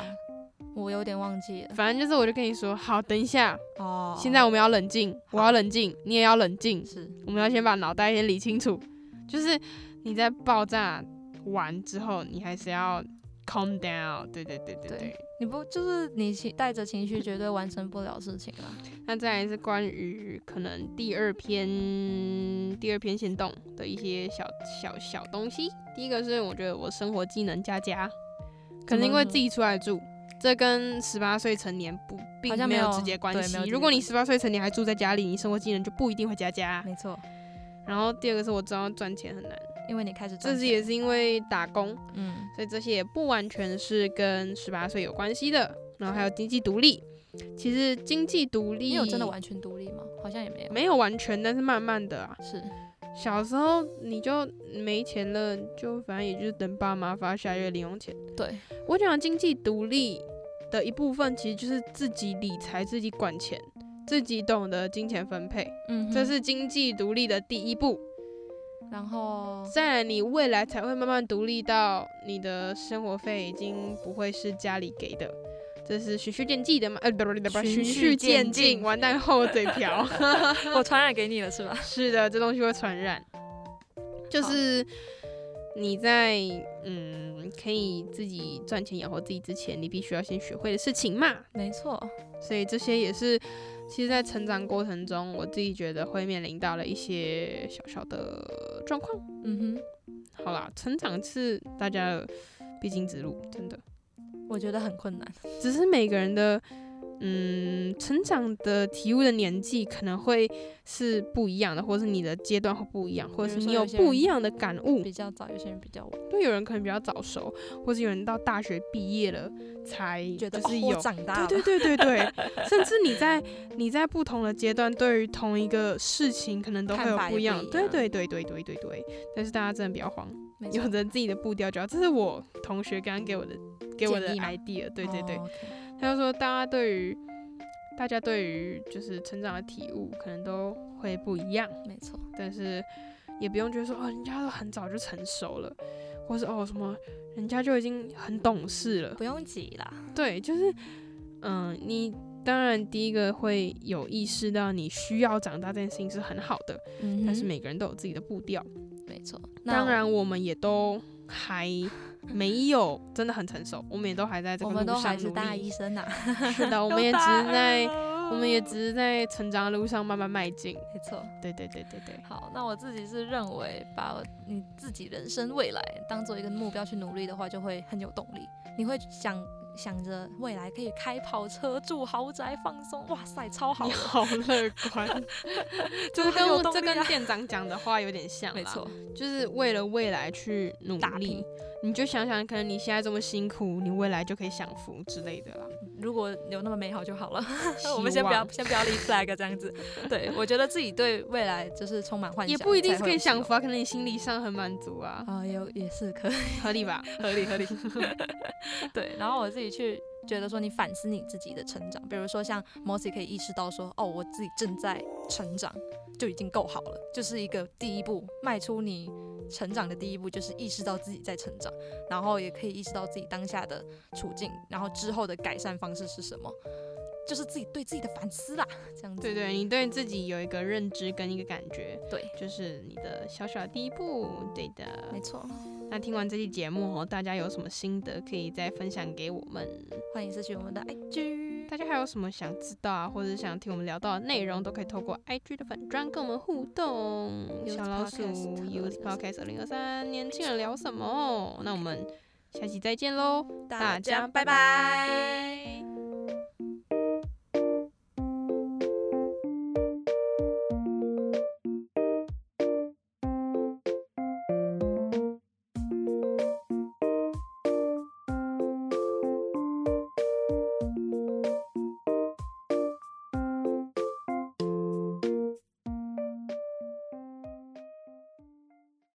[SPEAKER 2] 我有点忘记了
[SPEAKER 1] 反正就是我就跟你说，好，等一下，
[SPEAKER 2] 哦。
[SPEAKER 1] 现在我们要冷静，我要冷静，你也要冷静，
[SPEAKER 2] 是
[SPEAKER 1] 我们要先把脑袋先理清楚。就是你在爆炸完之后，你还是要 calm down。对对对对对。
[SPEAKER 2] 对你不就是你情带着情绪，绝对完成不了事情
[SPEAKER 1] [laughs]
[SPEAKER 2] 啊。
[SPEAKER 1] 那再来是关于可能第二篇第二篇行动的一些小小小东西。第一个是我觉得我生活技能加加，可能因为自己出来住，这跟十八岁成年不并
[SPEAKER 2] 好像
[SPEAKER 1] 没
[SPEAKER 2] 没
[SPEAKER 1] 有
[SPEAKER 2] 有
[SPEAKER 1] 直接关
[SPEAKER 2] 对没
[SPEAKER 1] 系
[SPEAKER 2] 有直。接
[SPEAKER 1] 如果你
[SPEAKER 2] 关
[SPEAKER 1] 十八岁成年还住在家里，你生活技能就不一定会加加。
[SPEAKER 2] 没错，
[SPEAKER 1] 然后第二个是我知道赚钱很难，
[SPEAKER 2] 因为你开始赚
[SPEAKER 1] 这是
[SPEAKER 2] 钱
[SPEAKER 1] 也是因为打工，
[SPEAKER 2] 嗯
[SPEAKER 1] 所以这些也不完全是跟十八岁有关系的。然后还有经济独立，其实经济独立
[SPEAKER 2] 你有真的完全独立吗？好像也没有。
[SPEAKER 1] 没有完全，但是慢慢的啊，
[SPEAKER 2] 是
[SPEAKER 1] 小时候你就没钱了，就反正也就是等爸妈发下月零用钱。
[SPEAKER 2] 对，
[SPEAKER 1] 我讲经济独立的一部分，其实就是自己理财、自己管钱、自己懂得金钱分配，
[SPEAKER 2] 嗯哼，
[SPEAKER 1] 这是经济独立的第一步。
[SPEAKER 2] 然
[SPEAKER 1] [laughs]
[SPEAKER 2] 后
[SPEAKER 1] 再来，你未来才会慢慢独立到你的生活费已经不会是家里给的，这是循序渐进的嘛？呃，不不不不，
[SPEAKER 2] 循
[SPEAKER 1] 循
[SPEAKER 2] 序
[SPEAKER 1] 序
[SPEAKER 2] 渐
[SPEAKER 1] 渐
[SPEAKER 2] 进
[SPEAKER 1] 进，完蛋后嘴瓢。
[SPEAKER 2] 我传染给你了是吧？
[SPEAKER 1] 是的，这东西会传染。就
[SPEAKER 2] 好
[SPEAKER 1] 是你在嗯可以自己赚钱养活自己之前，你必须要先学会的事情嘛。
[SPEAKER 2] [laughs] 没错，
[SPEAKER 1] 所以这些也是，其实，在成长过程中，我自己觉得会面临到了一些小小的状况。
[SPEAKER 2] 嗯
[SPEAKER 1] 好啦，成长是大家的必经之路，真的。
[SPEAKER 2] 哼，我觉得很困难。
[SPEAKER 1] 只是每个人的嗯成长的体悟的年纪可能会是不一样的，或是你的阶段会不一样，或者是
[SPEAKER 2] 比如说
[SPEAKER 1] 你有
[SPEAKER 2] 有些
[SPEAKER 1] 不
[SPEAKER 2] 人
[SPEAKER 1] 一样的感悟。
[SPEAKER 2] 比较早，有些人比较晚，
[SPEAKER 1] 对，有人可能比较早熟，或是有人到大学毕业了才
[SPEAKER 2] [laughs] 觉得
[SPEAKER 1] 就
[SPEAKER 2] 哦
[SPEAKER 1] 是
[SPEAKER 2] 我
[SPEAKER 1] 有。
[SPEAKER 2] 长大了，
[SPEAKER 1] 对对对对对，甚至你在你在不同的阶段，对于同一个事情，可能都会
[SPEAKER 2] 看
[SPEAKER 1] 有
[SPEAKER 2] 法
[SPEAKER 1] 不
[SPEAKER 2] 也
[SPEAKER 1] 一样。
[SPEAKER 2] 不一
[SPEAKER 1] 对
[SPEAKER 2] 样嗯
[SPEAKER 1] 对对对对对对。但是大家真的不要慌，
[SPEAKER 2] 没
[SPEAKER 1] 有
[SPEAKER 2] 错，
[SPEAKER 1] 着自己的步调就好。这是我同学刚刚给我的给我的
[SPEAKER 2] 建议吗
[SPEAKER 1] idea。对对对，
[SPEAKER 2] 哦，OK
[SPEAKER 1] 他就说大家对于大家对于就是成长的体悟，可能都会不一样。
[SPEAKER 2] 没错，
[SPEAKER 1] 但是也不用觉得说哦，人家都很早就成熟了，或是哦什么，人家就已经很懂事了。
[SPEAKER 2] 不用急啦，
[SPEAKER 1] 对，就是嗯、你当然第一个会有意识到你需要长大这件事情是很好的，
[SPEAKER 2] 嗯
[SPEAKER 1] 但是
[SPEAKER 2] 哼
[SPEAKER 1] 每个人都有自己的步调。
[SPEAKER 2] 没错，那
[SPEAKER 1] 当然，我们也都还没有真的很成熟，我们也都还在这
[SPEAKER 2] 我
[SPEAKER 1] 个
[SPEAKER 2] 们
[SPEAKER 1] 路
[SPEAKER 2] 都还
[SPEAKER 1] 上
[SPEAKER 2] 是
[SPEAKER 1] 努
[SPEAKER 2] 大
[SPEAKER 1] 力
[SPEAKER 2] 医。生呐，啊
[SPEAKER 1] [laughs]
[SPEAKER 2] [laughs]
[SPEAKER 1] 是的，
[SPEAKER 2] 我
[SPEAKER 1] 我们也只是在。
[SPEAKER 2] 哦
[SPEAKER 1] 我们也只是在成长的路上慢慢迈进。
[SPEAKER 2] 没错。
[SPEAKER 1] 对对对对对，
[SPEAKER 2] 好，那我自己是认为，把我你自己人生未来当做一个目标去努力的话，就会很有动力。你会想想着未来可以开跑车、住豪宅、放松，哇塞，超好
[SPEAKER 1] 你
[SPEAKER 2] 的，
[SPEAKER 1] 好乐
[SPEAKER 2] [laughs]
[SPEAKER 1] 观。
[SPEAKER 2] 就是
[SPEAKER 1] 跟
[SPEAKER 2] 很有
[SPEAKER 1] 我
[SPEAKER 2] 动
[SPEAKER 1] 这
[SPEAKER 2] 力
[SPEAKER 1] 跟
[SPEAKER 2] 啊。
[SPEAKER 1] 店长讲的话有点像，
[SPEAKER 2] 没错，，
[SPEAKER 1] 就是为了未来去努
[SPEAKER 2] 打
[SPEAKER 1] 力
[SPEAKER 2] 拼。
[SPEAKER 1] 你就想想，可能你现在这么辛苦，你未来就可以享福之类的啦。
[SPEAKER 2] 如果有那么美好就好了。
[SPEAKER 1] 希
[SPEAKER 2] [laughs] 我们先不要
[SPEAKER 1] 望，
[SPEAKER 2] 先不要立 flag 这样子。对，我觉得自己对未来就是充满幻想，
[SPEAKER 1] 也不一定
[SPEAKER 2] 才
[SPEAKER 1] 是
[SPEAKER 2] 会
[SPEAKER 1] 可以
[SPEAKER 2] 有希
[SPEAKER 1] 享
[SPEAKER 2] 望
[SPEAKER 1] 福啊，可能你心理上很满足啊，
[SPEAKER 2] 啊，有也是可以。
[SPEAKER 1] 合理吧？
[SPEAKER 2] [laughs] 合理合理。对，然后我自己去觉得说，你反思你自己的成长，比如说像 Mossy 可以意识到说，哦，我自己正在成长，就已经够好了，就是一个第一步，迈出你成长的第一步，就是意识到自己在成长，然后也可以意识到自己当下的处境，然后之后的改善方式是什么，就是自己对自己的反思啦，这样子。
[SPEAKER 1] 对对，你对自己有一个认知跟一个感觉，
[SPEAKER 2] 对，
[SPEAKER 1] 就是你的小小的第一步。对的
[SPEAKER 2] 没。错。
[SPEAKER 1] 那听完这期节目哦，大家有什么心得可以再分享给我们。
[SPEAKER 2] 欢迎私讯我们的 IG。
[SPEAKER 1] 大家还有什么想知道啊，或者想听我们聊到的内容，都可以透过 IG 的粉砖跟我们互动。
[SPEAKER 2] Youth
[SPEAKER 1] 小老鼠
[SPEAKER 2] Podcast
[SPEAKER 1] Youth Podcast 二零二三，年轻人聊什么？那我们下期再见喽！大
[SPEAKER 2] 大
[SPEAKER 1] 家
[SPEAKER 2] 家拜
[SPEAKER 1] 拜拜
[SPEAKER 2] 拜